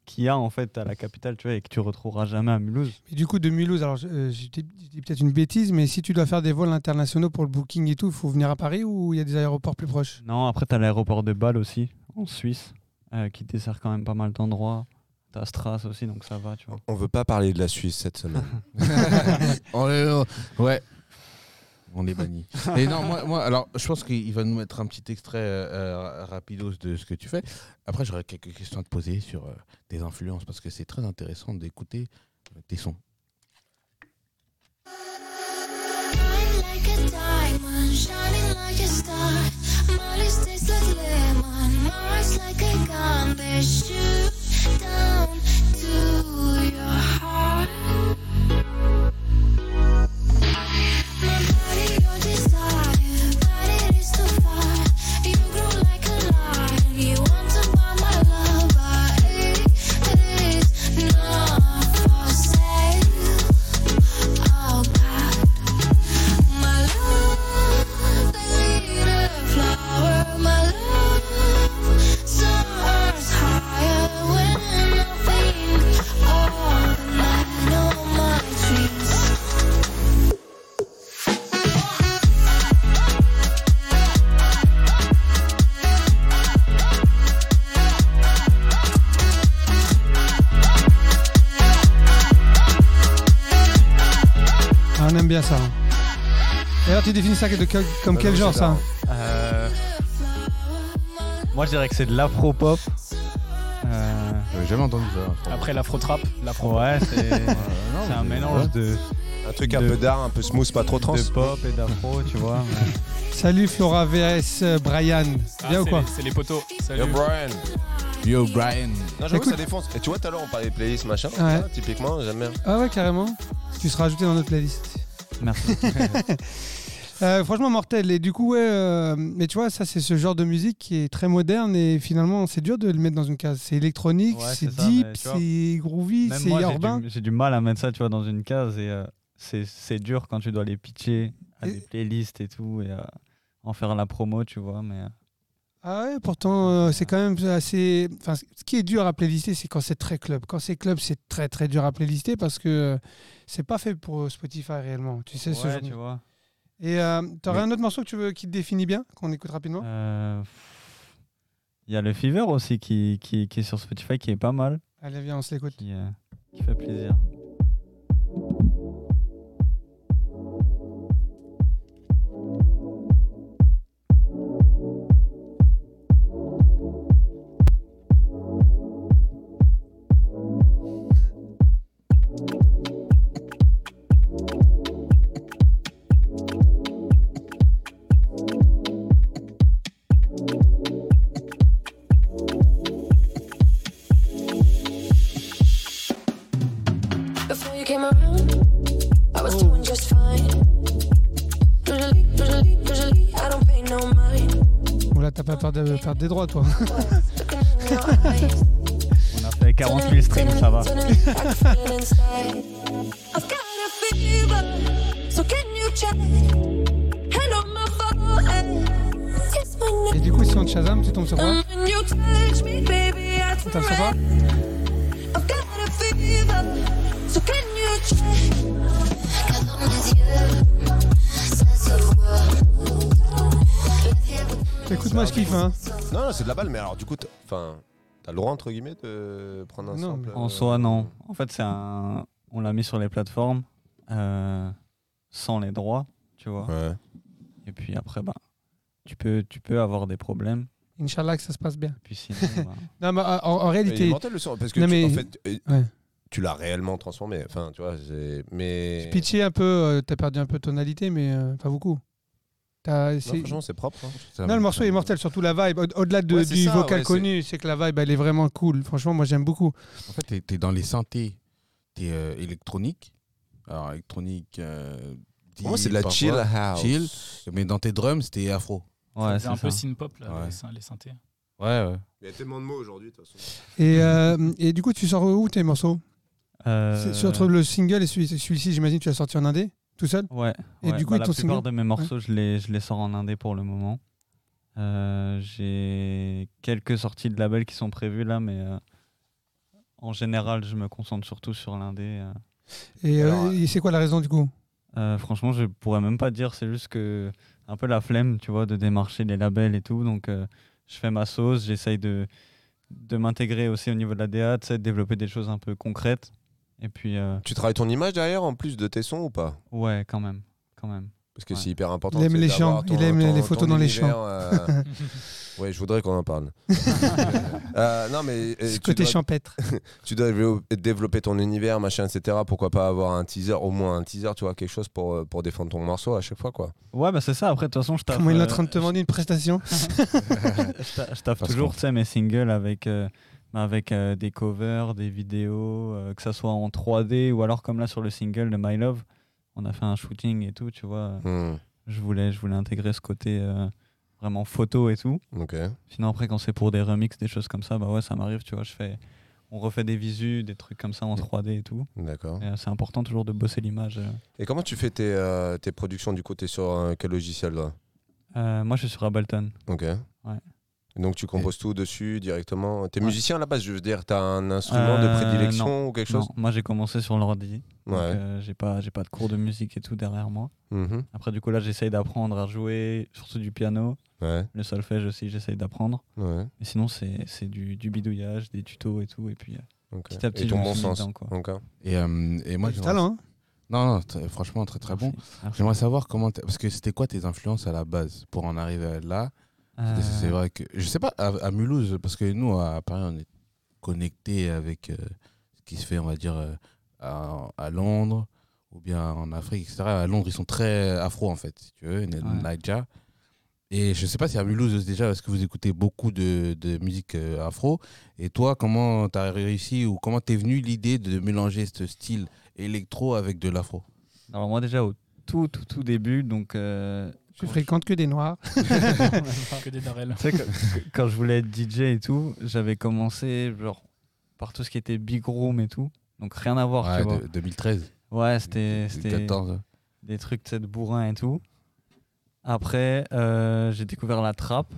qui a en fait à la capitale, tu vois, et que tu retrouveras jamais à Mulhouse.
Et du coup, de Mulhouse, alors je, euh, je dis, je dis peut-être une bêtise, mais si tu dois faire des vols internationaux pour le booking et tout, il faut venir à Paris ou il y a des aéroports plus proches
Non, après, tu as l'aéroport de Bâle aussi, en Suisse, euh, qui dessert quand même pas mal d'endroits. T'as Stras aussi, donc ça va, tu vois.
On veut pas parler de la Suisse cette semaine.
On est- on- ouais. On est banni. Et non, moi, moi, alors, je pense qu'il va nous mettre un petit extrait euh, euh, rapidos de ce que tu fais. Après, j'aurais quelques questions à te poser sur euh, tes influences parce que c'est très intéressant d'écouter euh, tes sons.
Bright like a diamond, shining like a star. Molly tastes like lemon, Mars like a gun. They shoot down to your heart. My body, your desire, but it is too far. You grow like a lion, you want to buy my love, but it is not for sale. Oh God. My love, the flower, my love, soars higher when I think of mine, all my dreams.
Ah, On aime bien ça. hein. Et alors, tu définis ça de quel- comme
Ah
quel
non,
genre
c'est
ça
là.
hein
Euh, Moi, je dirais que c'est de l'afro-pop. Euh,
J'avais jamais entendu ça.
Après l'afro-trap, l'afro.
ouais, c'est
Euh, non,
c'est un
mais-
mélange de,
Un truc un
De-
peu d'art, un peu smooth, pas trop trans.
de pop et d'afro, tu vois. ouais.
Salut Flora VS euh, Brian.
Ah,
Bien ou
c'est
quoi
les- C'est les poteaux. Salut.
Yo Brian
Yo, Brian.
Non j'avoue
Écoute.
ça défonce. Et tu vois tout à l'heure on parlait des playlists machin.
Ouais.
Ça, typiquement j'aime bien.
Ah ouais, carrément. Tu seras ajouté dans notre playlist.
Merci.
Euh, franchement mortel et du coup ouais euh, mais tu vois ça c'est ce genre de musique qui est très moderne et finalement c'est dur de le mettre dans une case c'est électronique
Ouais,
c'est
c'est ça,
deep
mais tu vois,
c'est groovy
Même
c'est
moi, j'ai
urbain
du- j'ai du, mal à mettre ça, tu vois, dans une case et euh, c'est- c'est dur quand tu dois les pitcher à
Et-
des playlists et tout et euh, en faire la promo, tu vois. Mais euh,
ah ouais pourtant euh, c'est quand même assez enfin ce qui est dur à playlister c'est quand c'est très club quand c'est club c'est très très dur à playlister parce que euh, c'est pas fait pour euh, Spotify réellement tu sais ce
ouais,
genre
tu
de-
vois.
et euh, t'aurais un autre morceau que tu veux qui te définit bien qu'on écoute rapidement
Euh, Il y a le Fever aussi qui, qui, qui est sur Spotify qui est pas mal,
allez viens on se l'écoute
qui, euh, qui fait plaisir.
Before you came around, I was doing just fine. Usually, usually, usually, I don't pay no mind.
bon là t'as pas peur de faire des droits toi
Looking in your eyes.
On a fait 40 000 streams, ça va.
Suddenly, suddenly, I can feel it inside. I've got a fever, so can you check? Hand on my forehead. Kiss my
et
neck.
du coup si on te Shazam tu tombes sur quoi
Euh,
And when you touch me, baby, I
T'as sur quoi
swear. I've got a fever, so can you check?
écoute moi je kiffe hein
Non, non c'est de la balle mais alors du coup t'as- enfin t'as le droit entre guillemets de prendre un
Non,
sample,
mais-
En
euh,
soi, non. En fait, c'est un. On l'a mis sur les plateformes euh, sans les droits, tu vois.
Ouais.
Et puis après, bah, tu peux, tu peux avoir des problèmes.
Inch'Allah que ça se passe bien.
Et puis sinon, bah,
Non, mais euh, en, en- en
Et Bah, Il est
réalité,
mortel le son parce que
Non,
tu-
mais-
en fait euh,
Ouais.
tu l'as réellement transformé. Enfin tu vois j'ai- mais.
pitché un peu, euh, t'as perdu un peu de tonalité, mais euh, pas beaucoup. T'as-
Non,
c'est-
Bah, franchement c'est propre. hein.
Non, le morceau est mortel, surtout la vibe. Au- Au-delà de-
Ouais, c'est
du
ça,
vocal
ouais,
connu, c'est que la vibe, elle est vraiment cool. Franchement, moi, j'aime beaucoup.
En fait, t'es- t'es dans les santé. T'es euh, électronique. Alors, électronique. euh,
Pour moi Oh, c'est de la
parfois.
chill house.
Chill. Mais dans tes drums, c'était afro.
ouais,
C'est un peu
c'est ça.
synth-pop, là,
Ouais.
les syn- les synthés.
Ouais, ouais.
Il y a tellement de mots aujourd'hui de toute façon.
Et, euh, et du coup, tu sors où tes morceaux
Euh,
C'est- Sur entre le single et celui- celui-ci, j'imagine, tu as sorti en indé, tout seul
Ouais.
Et
ouais.
du coup,
Bah, la
ton
plupart
single-
de mes morceaux, je, les, je les sors en indé pour le moment. Euh, J'ai quelques sorties de labels qui sont prévues là, mais euh, en général, je me concentre surtout sur l'indé. euh.
Et, euh,
Alors,
et c'est quoi la raison du coup
Euh, franchement, je pourrais même pas dire, c'est juste que un peu la flemme, tu vois, de démarcher les labels et tout. Donc, euh, je fais ma sauce, j'essaye de, de m'intégrer aussi au niveau de la DA, tu sais, de développer des choses un peu concrètes. Et puis, euh,
Tu travailles ton image derrière en plus de tes sons ou pas
ouais, quand même, quand même.
Parce que
Ouais.
c'est hyper important.
Il aime
tu sais,
les
d'avoir
champs, il aime les photos dans les
univers, euh, Ouais, je voudrais qu'on en parle. Euh, non, mais euh,
Ce
tu,
côté
dois,
champêtre.
tu dois dévelop- développer ton univers, machin, etc. Pourquoi pas avoir un teaser, au moins un teaser, tu vois, quelque chose pour, euh, pour défendre ton morceau à chaque fois, quoi.
Ouais, bah c'est ça. Après, de toute façon, je taffe.
Comment il est en
euh,
train de te vendre une prestation
je ta- je taffe
Parce
toujours,
qu'on-
tu sais, mes singles avec, euh, bah, avec euh, des covers, des vidéos, euh, que ça soit en 3D ou alors comme là sur le single de My Love, on a fait un shooting et tout, tu vois.
Hmm,
Je voulais, je voulais intégrer ce côté euh, vraiment photo et tout.
ok.
Sinon, après, quand c'est pour des remixes, des choses comme ça, bah ouais, ça m'arrive, tu vois. Je fais, on refait des visus, des trucs comme ça en 3D et tout.
D'accord.
Et, euh, c'est important toujours de bosser l'image. euh.
Et comment tu fais tes, euh, tes productions du côté sur euh, quel logiciel là
Euh, moi, je suis sur Ableton.
Ok.
Ouais.
Donc tu composes tout dessus directement. T'es musicien à la base, je veux dire, t'as un instrument
Euh,
de prédilection ou quelque
Non,
chose
moi, j'ai commencé sur l'ordi. Donc,
Ouais.
euh, j'ai pas, j'ai pas de cours de musique et tout derrière moi.
Mhm.
Après, du coup, là, j'essaye d'apprendre à jouer, surtout du piano.
Ouais.
Le solfège aussi, j'essaye d'apprendre.
Ouais.
Mais sinon, c'est c'est du, du bidouillage, des tutos et tout. Et puis, euh,
Ok.
petit à petit,
et
je
ton
me
bon
suis mis
sens.
dedans, quoi.
Ok. Ah,
Et, euh, et moi,
Du
j'aimerais-
talent. hein.
Non, non, t- franchement, très très bon.
Merci.
J'aimerais savoir comment. t'as- Parce que c'était quoi tes influences à la base pour en arriver à là
Euh,
C'est vrai que. Je sais pas, à, à Mulhouse, parce que nous, à Paris, on est connecté avec euh, ce qui se fait, on va dire, euh, à, à Londres ou bien en Afrique, etc. À Londres, ils sont très afro, en fait, si tu veux, N-
Ouais.
Nigeria. Et je sais pas si à Mulhouse, déjà, est-ce que vous écoutez beaucoup de, de musique euh, afro Et toi, comment t'as réussi ou comment t'es venu l'idée de mélanger ce style électro avec de l'afro
Alors moi déjà au tout tout tout début, donc euh,
Tu fréquentes que des noirs.
que des Darrell.
tu sais, quand, quand je voulais être DJ et tout, j'avais commencé genre par tout ce qui était big room et tout, donc rien à voir, tu vois.
Ouais, de- 2013,
Ouais, c'était c'était
2014.
des trucs tu sais, de bourrin et tout. Après, euh, j'ai découvert la trappe.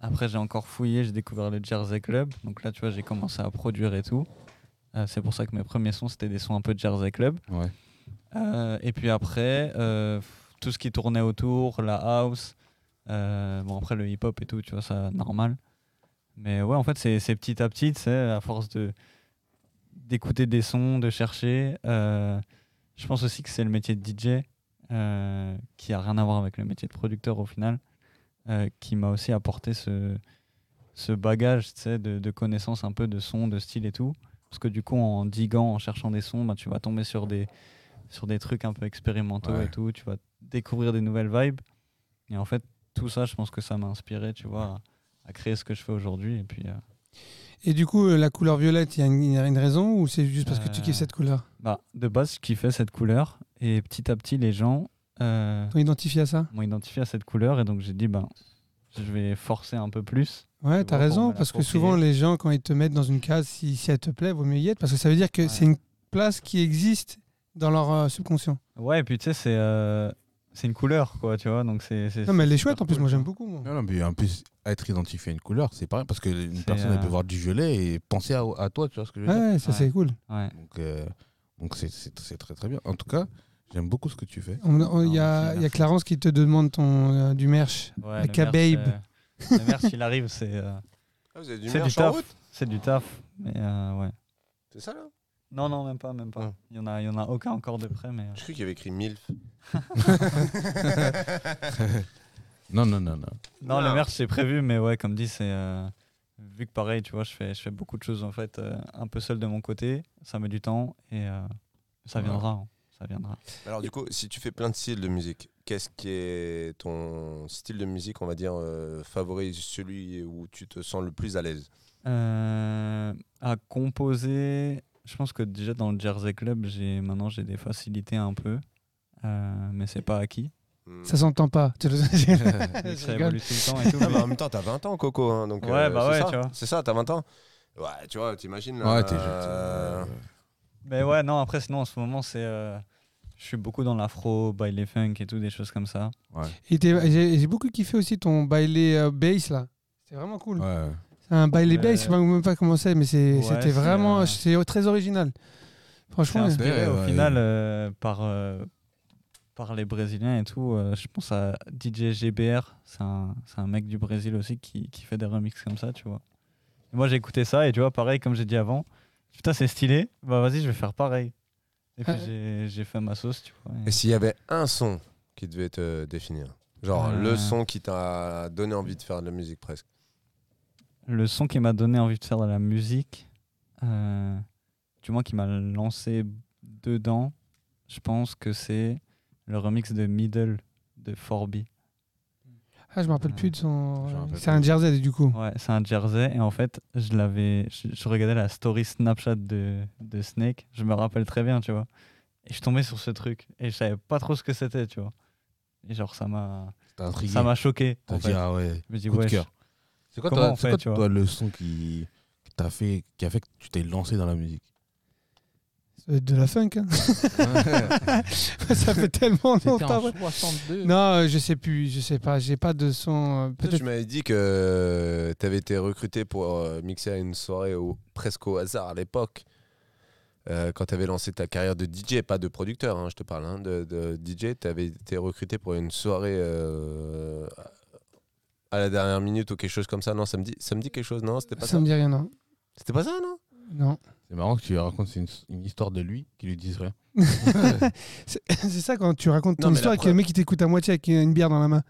Après, j'ai encore fouillé, j'ai découvert le Jersey Club. Donc là, tu vois, j'ai commencé à produire et tout. Euh, c'est pour ça que mes premiers sons, c'était des sons un peu de Jersey Club.
Ouais.
Euh, et puis après, euh, tout ce qui tournait autour, la house. euh, bon, après, le hip-hop et tout, tu vois, ça, normal. Mais ouais, en fait, c'est c'est petit à petit, tu sais, à force de d'écouter des sons, de chercher. euh, je pense aussi que c'est le métier de DJ euh, qui a rien à voir avec le métier de producteur au final, euh, qui m'a aussi apporté ce, ce bagage tu sais, de, de connaissances un peu de son, de style et tout. Parce que du coup, en diguant, en cherchant des sons, bah, tu vas tomber sur des, sur des trucs un peu expérimentaux
Ouais.
et tout. Tu vas découvrir des nouvelles vibes. Et en fait, tout ça, je pense que ça m'a inspiré, tu vois, à, à créer ce que je fais aujourd'hui. Et puis, euh,
Et du coup, euh, la couleur violette, il y, a une- il y a une raison ou c'est juste parce que tu
Euh,
kiffes cette couleur
bah, de base, je kiffais cette couleur. Et petit à petit, les gens. euh,
T'as identifié à ça
m'ont identifié à cette couleur et donc j'ai dit ben je vais forcer un peu plus.
Ouais,
vois,
t'as
pour me
raison,
la
parce que
propriété.
souvent les gens, quand ils te mettent dans une case, si, si elle te plaît, vaut mieux y être, parce que ça veut dire que
Ouais.
c'est une place qui existe dans leur euh, subconscient.
Ouais et puis tu sais c'est euh, c'est une couleur quoi tu vois donc c'est c'est-
Non, mais elle est
super
chouette en plus,
cool, hein.
moi
quoi.
j'aime beaucoup. moi.
Non, non, mais en plus, être identifié à une couleur, c'est pareil, parce qu'une
C'est,
personne, elle
euh,
peut voir du violet et penser à, à toi, tu vois ce que je veux dire.
Ouais, ouais, ça
Ouais.
c'est cool.
Ouais.
Donc, euh, donc c'est, c'est, c'est très très bien. En tout cas, j'aime beaucoup ce que tu fais.
On- on- Il y, a
merci,
il y a
merci.
Clarence qui te demande ton, euh, du merch.
Ouais,
Avec
le
la
merch,
babe.
euh, le merch il arrive c'est euh,
Ah, vous avez du
c'est du
merch en
taf
route
c'est du taf mais euh, ouais
C'est ça là
non non même pas même pas
Ah.
il y en a il y en a aucun encore de près mais euh,
Je crois qu'il y avait écrit MILF.
Non, non, non, non.
non
Oula.
le merch c'est prévu mais ouais comme dit c'est euh, vu que pareil tu vois je fais je fais beaucoup de choses en fait euh, un peu seul de mon côté ça met du temps et euh, ça
Ouais.
viendra hein, ça viendra
Alors du coup, si tu fais plein de styles de musique, qu'est-ce qui est ton style de musique, on va dire, euh, favori, celui où tu te sens le plus à l'aise
Euh, à composer, je pense que déjà dans le Jersey Club, j'ai maintenant j'ai des facilités un peu, euh, mais c'est pas acquis.
Hmm.
Ça s'entend pas.
Vu que
Je
ça
rigole.
évolue tout le temps et tout.
Ah, mais
mais-
en même temps, t'as 20 ans, Coco. hein, donc,
Ouais,
euh,
bah
c'est
ouais,
ça,
tu vois.
C'est ça, t'as 20 ans. Ouais, tu vois, t'imagines. là,
Ouais, t'es
euh,
Mais ouais, non, après sinon en ce moment c'est, euh, je suis beaucoup dans l'afro, baile funk et tout des choses comme ça.
Et t'es- J'ai j'ai beaucoup kiffé aussi ton bailé euh, bass là. C'est vraiment cool.
Ouais.
C'est un baile
Euh,
bass, je sais pas- même pas comment c'est, mais c'est-
ouais,
c'était
c'est,
vraiment,
euh,
c'est très original.
C'est
Franchement,
Ouais,
inspiré au
ouais.
final euh, par euh, par les Brésiliens et tout. euh, je pense à DJ GBR, c'est un, c'est un mec du Brésil aussi qui, qui fait des remixes comme ça, tu vois. Et moi j'ai écouté ça et tu vois, pareil, comme j'ai dit avant, putain, c'est stylé, bah vas-y, je vais faire pareil. Et puis
Ah.
j'ai- j'ai fait ma sauce, tu vois.
Et s'il y avait un son qui devait te définir Genre
Euh.
le son qui t'a donné envie de faire de la musique presque.
Le son qui m'a donné envie de faire de la musique, euh, du moins qui m'a lancé dedans, je pense que c'est le remix de Middle de Forby.
ah, je me rappelle plus de son.
Je me rappelle
C'est un jersey du coup.
Ouais, c'est un jersey. Et en fait, je l'avais, je, je regardais la story Snapchat de, de Snake. Je me rappelle très bien, tu vois. Et je suis tombé sur ce truc. Et je savais pas trop ce que c'était, tu vois. Et genre, ça m'a,
T'as intrigué.
ça m'a choqué.
T'as
en
dit,
fait.
ah ouais.
Je me dis,
coup de
ouais.
cœur. C'est quoi,
Comment
toi,
on
c'est
fait,
quoi,
tu vois
toi, le son qui, qui t'a fait, qui a fait que tu t'es lancé dans la musique
C'est De la funk. hein. ça fait tellement
C'était
longtemps.
en
ouais.
62.
Non, euh, je sais plus, je sais pas, j'ai pas de son. euh,
Toi,
Peut-être.
Tu m'avais dit que t'avais été recruté pour euh, mixer à une soirée au, presque au hasard à l'époque. Euh, quand t'avais lancé ta carrière de DJ, pas de producteur, hein, je te parle, hein, de, de DJ, t'avais été recruté pour une soirée euh, à la dernière minute ou quelque chose comme ça. Non, ça me dit, ça me dit quelque chose, non C'était pas
Ça
ça
me dit rien, non.
C'était pas ça, non
Non.
C'est marrant que tu lui racontes c'est une, une histoire de lui qui lui disent rien.
C'est c'est ça quand tu racontes ton
Non, mais
histoire
la
et qu'il y a un mec qui t'écoute à moitié avec une bière dans la main.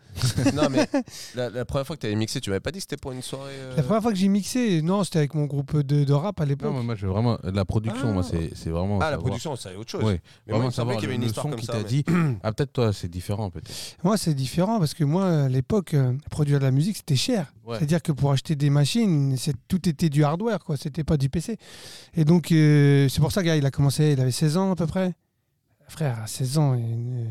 non, mais la, la première fois que tu avais mixé, tu m'avais pas dit que c'était pour une soirée. euh,
La première fois que j'ai mixé, non, c'était avec mon groupe de, de rap à
Non,
l'époque.
mais moi, je veux vraiment. euh, La production,
Ah.
moi, c'est c'est vraiment.
Ah, la
savoir.
production, c'est autre chose.
Ouais,
mais moi,
vraiment
il me semblait
savoir
qu'il y avait une
le
histoire
son
comme
qui
ça.
t'a
mais-
dit. Ah, peut-être toi, c'est différent, peut-être.
Moi, c'est différent parce que moi, à l'époque, euh, produire de la musique, c'était cher.
Ouais.
C'est-à-dire que pour acheter des machines, c'est- tout était du hardware, quoi. C'était pas du PC. Et donc, euh, c'est pour ça, gars, il a commencé, il avait 16 ans à peu près. Frère, à 16 ans. et, euh,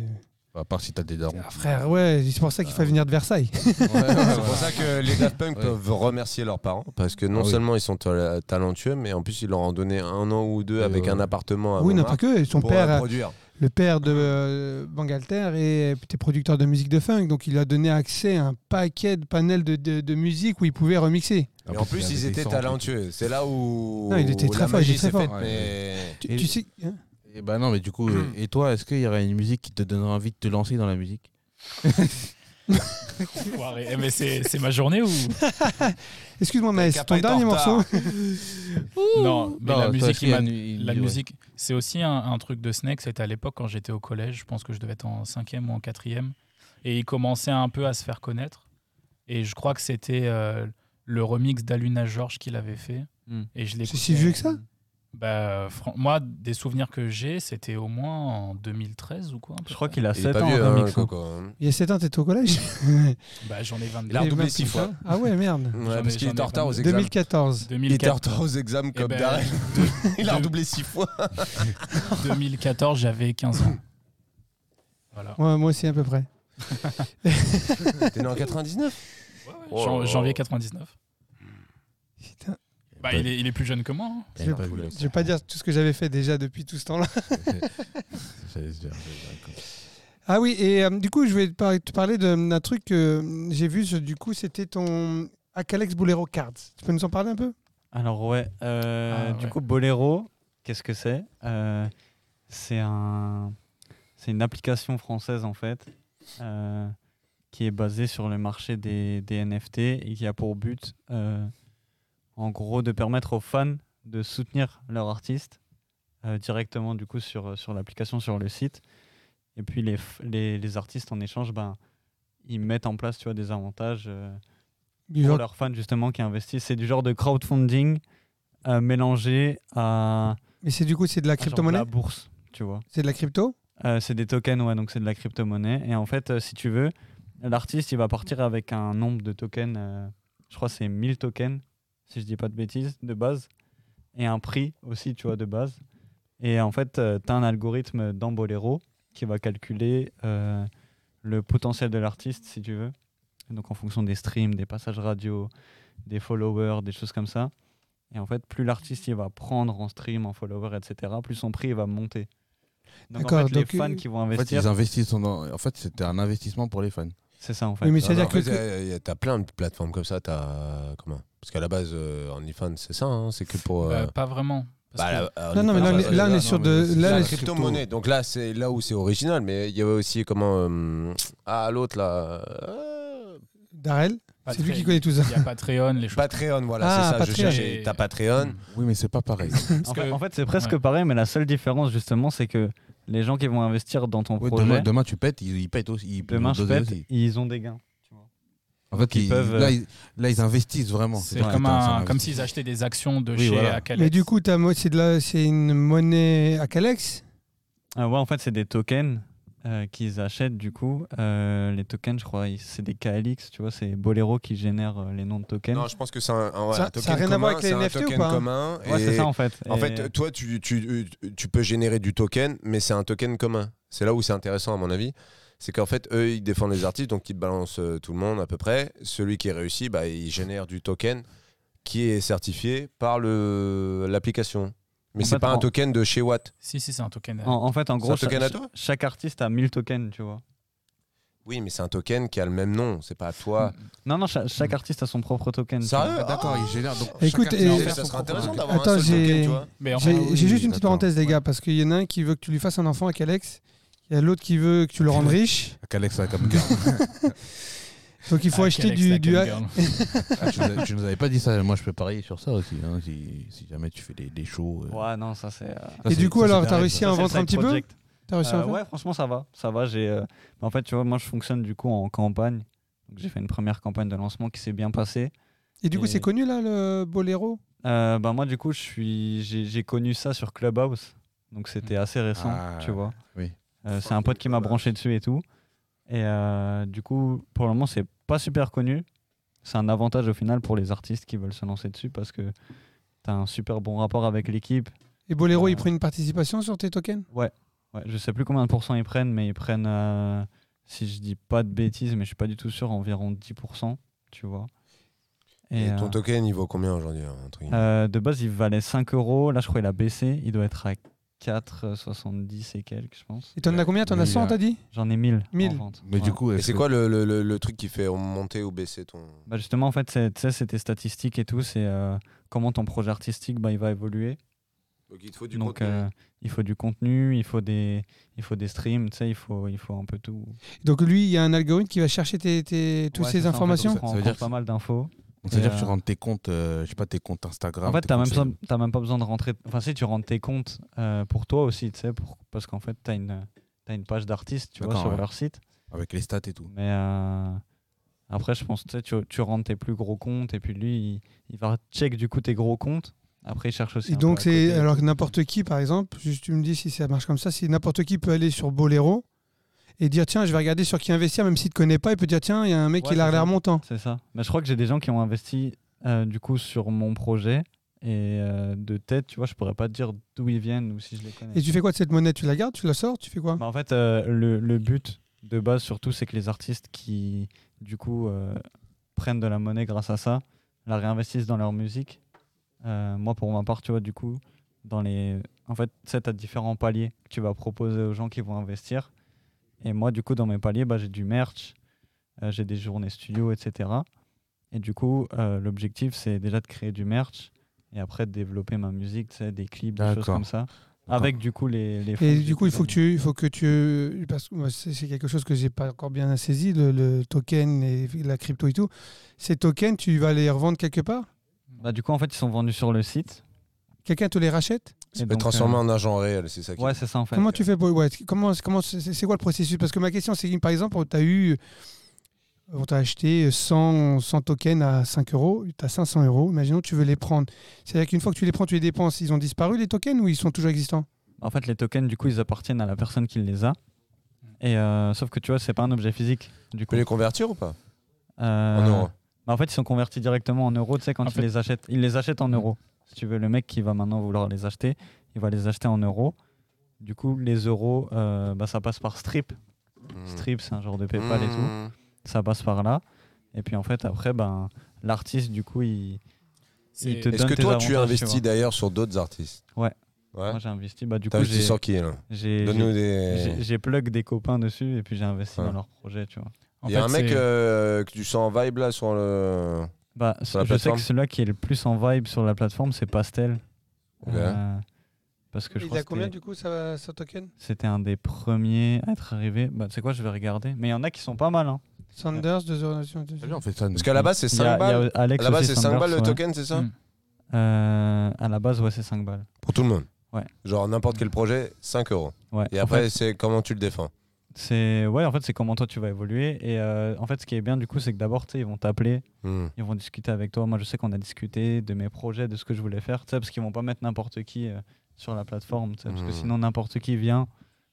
À part si t'as des darons.
ah, frère, ouais, c'est pour ça qu'il
Euh,
fallait venir de Versailles.
Ouais, ouais,
C'est
ouais.
pour ça que les Daft Punk
Ouais.
peuvent remercier leurs parents parce que non
Ah oui.
seulement ils sont ta- talentueux, mais en plus ils leur ont donné un an ou deux
Ouais,
avec
ouais.
un appartement à
oui, non,
Montmartre
pas que. Son
pour
père,
euh,
euh,
produire.
le père de euh, Bangalter, et était producteur de musique de funk. Donc, il a donné accès à un paquet de panels de, de- de musique où il pouvait remixer.
Mais en plus, ils
avait des
étaient
sons,
talentueux. C'est là où
Non, il était très
la
fort, il était très
magie s'est
fort.
faite.
Ouais.
Mais
Tu,
Et-
tu sais. hein
en fait. Et bah non, mais du coup, euh, et toi, est-ce qu'il y aurait une musique qui te donnerait envie de te lancer dans la musique
Enfoiré. Eh, mais c'est c'est ma journée ou
Excuse-moi,
T'as
mais
qu'à pas
ton
être en
dernier
retard.
morceau.
Non, mais
Non,
la
toi,
musique,
est-ce qu'il y a
il m'a-
une- une-
la
ouais.
musique, c'est aussi un, un truc de Snake. C'était à l'époque quand j'étais au collège. Je pense que je devais être en cinquième ou en quatrième. Et il commençait un peu à se faire connaître. Et je crois que c'était euh, le remix d'Aluna George qu'il avait fait.
Hmm.
Et je l'ai
C'est si vieux que ça
bah, fran- Moi, des souvenirs que j'ai, c'était au moins en 2013 ou quoi. un peu
Je crois
près.
qu'il a
il est
7
pas
ans
vieux,
en
hein,
remix, hein.
Coco, hein.
Il y a 7 ans, t'étais au collège
Bah, J'en ai 22.
Il a
Et
redoublé
même
six
comme
fois.
ça Ah ouais, merde.
Ouais,
J'en ai-
parce qu'il
j'en ai
était en retard aux
vingt-deux.
examens.
2014.
Il était en
2014,
retard aux examens comme
ben,
Darren. Il a
de-
redoublé six fois.
2014 j'avais 15 ans. Voilà.
Ouais, moi aussi, à peu près.
T'es né en 99
Jan-
Oh.
janvier 99.
Putain,
Bah, il, est, il est plus jeune que moi. hein.
je, vais, je vais pas dire tout ce que j'avais fait déjà depuis tout ce temps-là.
J'allais se dire, j'allais dire, comme-
Ah oui, et euh, du coup, je vais te par- te parler de- mm, d'un truc que mm, j'ai vu. ce- Du coup, c'était ton Acalex Bolero Cards. Tu peux nous en parler un peu
Alors ouais, euh,
Ah,
du
ouais.
coup Boléro, qu'est-ce que c'est Euh, C'est un, c'est une application française en fait, euh, qui est basée sur le marché des, des NFT et qui a pour but, euh, en gros, de permettre aux fans de soutenir leur artiste euh, directement du coup sur sur l'application sur le site. Et puis les, f- les, les artistes en échange, ben ils mettent en place tu vois des avantages. euh,
Du
pour
genre-
leurs fans justement qui investissent. C'est du genre de crowdfunding euh, mélangé à,
Mais c'est du coup, c'est de la
à genre
crypto-monnaie
la bourse, tu vois.
C'est de la crypto
Euh, c'est des tokens, ouais, donc c'est de la crypto-monnaie. Et en fait, euh, si tu veux, l'artiste, il va partir avec un nombre de tokens, euh, je crois que c'est 1000 tokens, si je dis pas de bêtises, de base, et un prix aussi, tu vois, de base. Et en fait, tu as un algorithme dans Bolero qui va calculer euh, le potentiel de l'artiste, si tu veux. Donc en fonction des streams, des passages radio, des followers, des choses comme ça. Et en fait, plus l'artiste il va prendre en stream, en follower, etc., plus son prix il va monter. Donc en
D'accord,
fait, les
donc, euh,
fans qui vont
En fait,
investir,
ils investissent dans- En fait, c'était un investissement pour les fans.
c'est ça en fait.
Oui, mais
Non,
c'est-à-dire
non,
que.
en fait, y a- y a- T'as plein de plateformes comme ça. T'as. Comment Parce qu'à la base, euh, OnlyFans, c'est ça. hein, c'est que pour. euh,
Euh, pas vraiment. Parce
bah, la-
Non, non, mais là, on
OnlyFans,
est- là, on est
non,
sur
mais
de.
c'est
là,
la
on est sur-
crypto-monnaie. Donc là, c'est là où c'est original. Mais il y avait aussi comment euh, ah l'autre là, euh,
Darrell,
que
c'est lui
Patreon-
qui connaît tout ça.
Il y a Patreon, les choses.
Patreon, voilà,
Ah,
c'est ça. Je
Patreon.
cherchais. T'as Patreon.
Mm.
Oui, mais c'est pas pareil.
En,
que-
fait, en fait, c'est presque
ouais.
pareil, mais la seule différence justement, c'est que les gens qui vont investir dans ton
Ouais,
projet,
demain, demain,
demain,
tu pètes, ils, ils pètent aussi. Ils ils
je
donnent
pète,
aussi.
ils ont des gains.
En fait,
ils
ils-
peuvent,
là,
euh,
ils, là, ils investissent vraiment.
C'est
C'est-à-dire
comme,
que t'as-
un-
c'est
comme
investissement.
s'ils achetaient des actions de
Oui,
chez
voilà.
Acalex.
Mais du coup, t'as mo- c'est de la- c'est une monnaie Acalex
Ah ouais, en fait, c'est des tokens euh, qu'ils achètent du coup. Euh, les tokens, je crois, ils- c'est des KLX, tu vois, c'est Bolero qui génère euh, les noms de tokens.
Non, je pense que c'est un, un- ouais,
Ça-
un token
ça a rien à voir
commun,
avec les
c'est un
NFT ou
token
pas, hein
commun,
ouais, c'est
et-
ça en fait.
En
Et-
fait, euh, toi, tu, tu- tu peux générer du token, mais c'est un token commun. C'est là où c'est intéressant, à mon avis. C'est qu'en fait, eux, ils défendent les artistes, donc ils te balancent euh, tout le monde à peu près. Celui qui réussit, bah, il génère du token qui est certifié par le- l'application. Mais
En
c'est
fait,
pas
en-
un token de chez Watt.
Si, si, c'est un token.
en, en fait, en gros,
un token
cha-
à toi
chaque artiste a 1000 tokens, tu vois.
Oui, mais c'est un token qui a le même nom. C'est pas à toi.
Non, non, cha- chaque,
Hmm.
artiste a son propre token. tu vois.
Ah, d'accord, ils génèrent. donc
Écoute,
chacun
et-
génère
Non,
En fait,
son
ça serait
propre
intéressant
truc.
d'avoir un
Attends,
seul token,
j'ai-
tu vois.
Mais enfin,
J'ai
oui,
j'ai juste une petite
d'accord.
parenthèse, les gars, parce qu'il y en a un qui veut que tu lui fasses un enfant avec Alex, il y a l'autre qui veut que tu le rendes riche.
Qu'Alex a comme gars.
Donc il faut
Ah,
acheter
Calex,
du.
la
du-
Cam Girl.
Ah, tu, nous as- tu nous avais pas dit ça. Moi, je peux parier sur ça aussi. hein, si, si jamais tu fais des, des shows. euh.
Ouais, non, ça c'est. euh,
Ça,
Et
c'est-
du coup,
ça, c'est
alors,
des
t'as
rêves,
réussi à
ça.
ça, c'est le
inventer un
side
petit peu
project.
T'as réussi à
Euh,
en faire
ouais, franchement, ça va. Ça va. J'ai. euh, en fait, tu vois, moi, je fonctionne du coup en campagne. Donc, J'ai fait une première campagne de lancement qui s'est bien passée.
Et du coup,
et-
c'est connu là, le Boléro
Euh, bah, moi, du coup, je suis. J'ai j'ai connu ça sur Clubhouse. Donc, c'était assez récent,
Ah,
tu vois.
oui.
Euh, c'est un pote qui m'a branché dessus et tout. Et euh, du coup, pour le moment, c'est pas super connu. C'est un avantage au final pour les artistes qui veulent se lancer dessus parce que t'as un super bon rapport avec l'équipe.
Et Boléro,
Euh,
il prend une participation sur tes tokens
Ouais, je sais plus combien de pourcents ils prennent, mais ils prennent, euh, si je dis pas de bêtises, mais je suis pas du tout sûr, environ 10%, tu vois.
Et,
euh,
ton token, il vaut combien aujourd'hui un truc
euh, de base, il valait 5 euros. Là, je crois qu'il a baissé. Il doit être à 4,70 et quelques, je pense.
Et t'en as combien T'en as
Mais,
100,
euh,
t'as dit
J'en ai 1000. en
1000.
vente.
Mais
Ouais.
du coup,
Et
est-ce
c'est
que-
quoi le, le- le- le truc qui fait monter ou baisser ton.
Bah justement, en fait, c'est- tu sais, c'est tes statistiques et tout. C'est euh, comment ton projet artistique bah, il va évoluer.
Donc il te faut du
Donc,
contenu.
euh, il faut du contenu, il faut des, il faut des streams, tu sais, il faut, il faut un peu tout.
Donc lui, il y a un algorithme qui va chercher tes, tes- toutes
Ouais, c'est
ces
ça, en fait,
informations
on prend-
Ça veut
on
dire
prend pas mal d'infos.
Donc, C'est-à-dire que tu
euh,
rentres tes comptes, euh, je sais pas, tes comptes Instagram.
En fait,
tes
tu n'as même,
comptes
besoin- t'as même pas besoin de rentrer. Enfin, si tu rentres tes comptes euh, pour toi aussi, tu sais, pour- parce qu'en fait, tu as une, t'as une page d'artiste, tu vois,
D'accord,
sur
ouais.
leur site.
Avec les stats et tout.
Mais euh, après, je pense, tu sais, tu, tu rentres tes plus gros comptes et puis lui, il, il va check du coup tes gros comptes. Après, il cherche aussi.
Et
un peu
donc
à
c'est
côté.
alors que n'importe qui, par exemple, juste tu me dis si ça marche comme ça, si n'importe qui peut aller sur Boléro et dire tiens, je vais regarder sur qui investir, même s'il te connaît pas, il peut dire tiens, il y a un mec
Ouais,
qui a
c'est
l'air
ça.
montant.
C'est ça. Mais je crois que j'ai des gens qui ont investi euh, du coup sur mon projet. Et euh, de tête, tu vois, je pourrais pas te dire d'où ils viennent ou si je les connais.
Et tu fais quoi de cette monnaie Tu la gardes Tu la sors Tu fais quoi
Bah, en fait, euh, le, le but de base, surtout, c'est que les artistes qui, du coup, euh, prennent de la monnaie grâce à ça, la réinvestissent dans leur musique. Euh, moi, pour ma part, tu vois, du coup, dans les... En fait, tu sais, t'as différents paliers que tu vas proposer aux gens qui vont investir. Et moi, du coup, dans mes paliers, bah, j'ai du merch, euh, j'ai des journées studio, etc. Et du coup, euh, l'objectif, c'est déjà de créer du merch et après de développer ma musique, tu sais, des clips, des choses
D'accord.
comme ça. Avec, du coup, les... les fonds
Et
que j'ai
du coup, il faut que
gagnés.
tu, il faut que tu, parce que moi, c'est c'est quelque chose que j'ai pas encore bien saisi, le, le token et la crypto et tout. Ces tokens, tu vas les revendre quelque part
Bah, du coup, en fait, ils sont vendus sur le site.
Quelqu'un te les rachète
Et
Tu peux
donc,
transformer en agent réel, c'est ça
euh,
qui
Ouais, c'est ça, en fait.
Comment tu fais pour... ouais, comment, comment, c'est c'est quoi le processus Parce que ma question, c'est que, par exemple, tu as eu... On t'a acheté 100, 100 tokens à 5 euros, tu as 500 euros, imaginons que tu veux les prendre. C'est-à-dire qu'une fois que tu les prends, tu les dépenses, ils ont disparu les tokens ou ils sont toujours existants
En fait, les tokens, du coup, ils appartiennent à la personne qui les a.
Hmm.
Et euh, sauf que tu vois, c'est pas un objet physique. Du
Tu
coup,
peux les convertir ou pas
Euh,
En euros.
bah, en fait, ils sont convertis directement en euros. Tu sais, quand
En
ils
fait- Hmm.
les achètent, ils les achètent en euros. Si tu veux, le mec qui va maintenant vouloir les acheter, il va les acheter en euros. Du coup, les euros, euh, bah, ça passe par Strip.
Hmm.
Strip, c'est un genre de PayPal et tout.
Mmh.
Ça passe par là. Et puis, en fait, après, ben, l'artiste, du coup, il.
C'est-
te-
Est-ce
donne
que
tes
toi,
avantages,
tu
tu
investis
vois.
d'ailleurs sur d'autres artistes
Ouais.
Ouais.
Moi, j'ai investi. Bah, du
T'as
coup,
investi
j'ai.
sur qui là
j'ai- j'ai-
Donne-nous des.
J'ai- J'ai plug des copains dessus et puis j'ai investi
Ouais.
dans leur projet, tu vois.
En
Il y a
fait,
un mec
c'est-
euh, que tu sens en vibe là sur le.
Bah,
Sur la
je sais
plateforme
que celui-là qui est le plus en vibe sur la plateforme, c'est Pastel.
Ok.
Euh, parce que je crois que c'était-
coup ça, ça token
c'était un des premiers à être arrivé. Bah, tu sais quoi, je vais regarder. Mais il y en a qui sont pas mal. Hein.
Sanders, 2 euros.
T'as vu, on fait ça.
Parce qu'à la base, c'est
Il y a-
5
il y a
balles.
Alex
À la base,
aussi,
c'est 5
Sanders,
balles le
ouais.
token, c'est ça
Mm.
Euh, à la base, ouais, c'est 5 balles.
Pour tout le monde.
Ouais.
Genre n'importe quel projet, 5 euros.
Ouais.
Et
En
après,
fait,
c'est comment tu le défends.
c'est ouais, en fait, c'est comment toi tu vas évoluer. Et euh, en fait, ce qui est bien du coup, c'est que d'abord, tu sais, ils vont t'appeler
Mmh.
ils vont discuter avec toi. Moi, je sais qu'on a discuté de mes projets, de ce que je voulais faire, tu sais, parce qu'ils vont pas mettre n'importe qui euh, sur la plateforme, tu sais, parce
Hmm.
Mhm.
que sinon n'importe qui vient,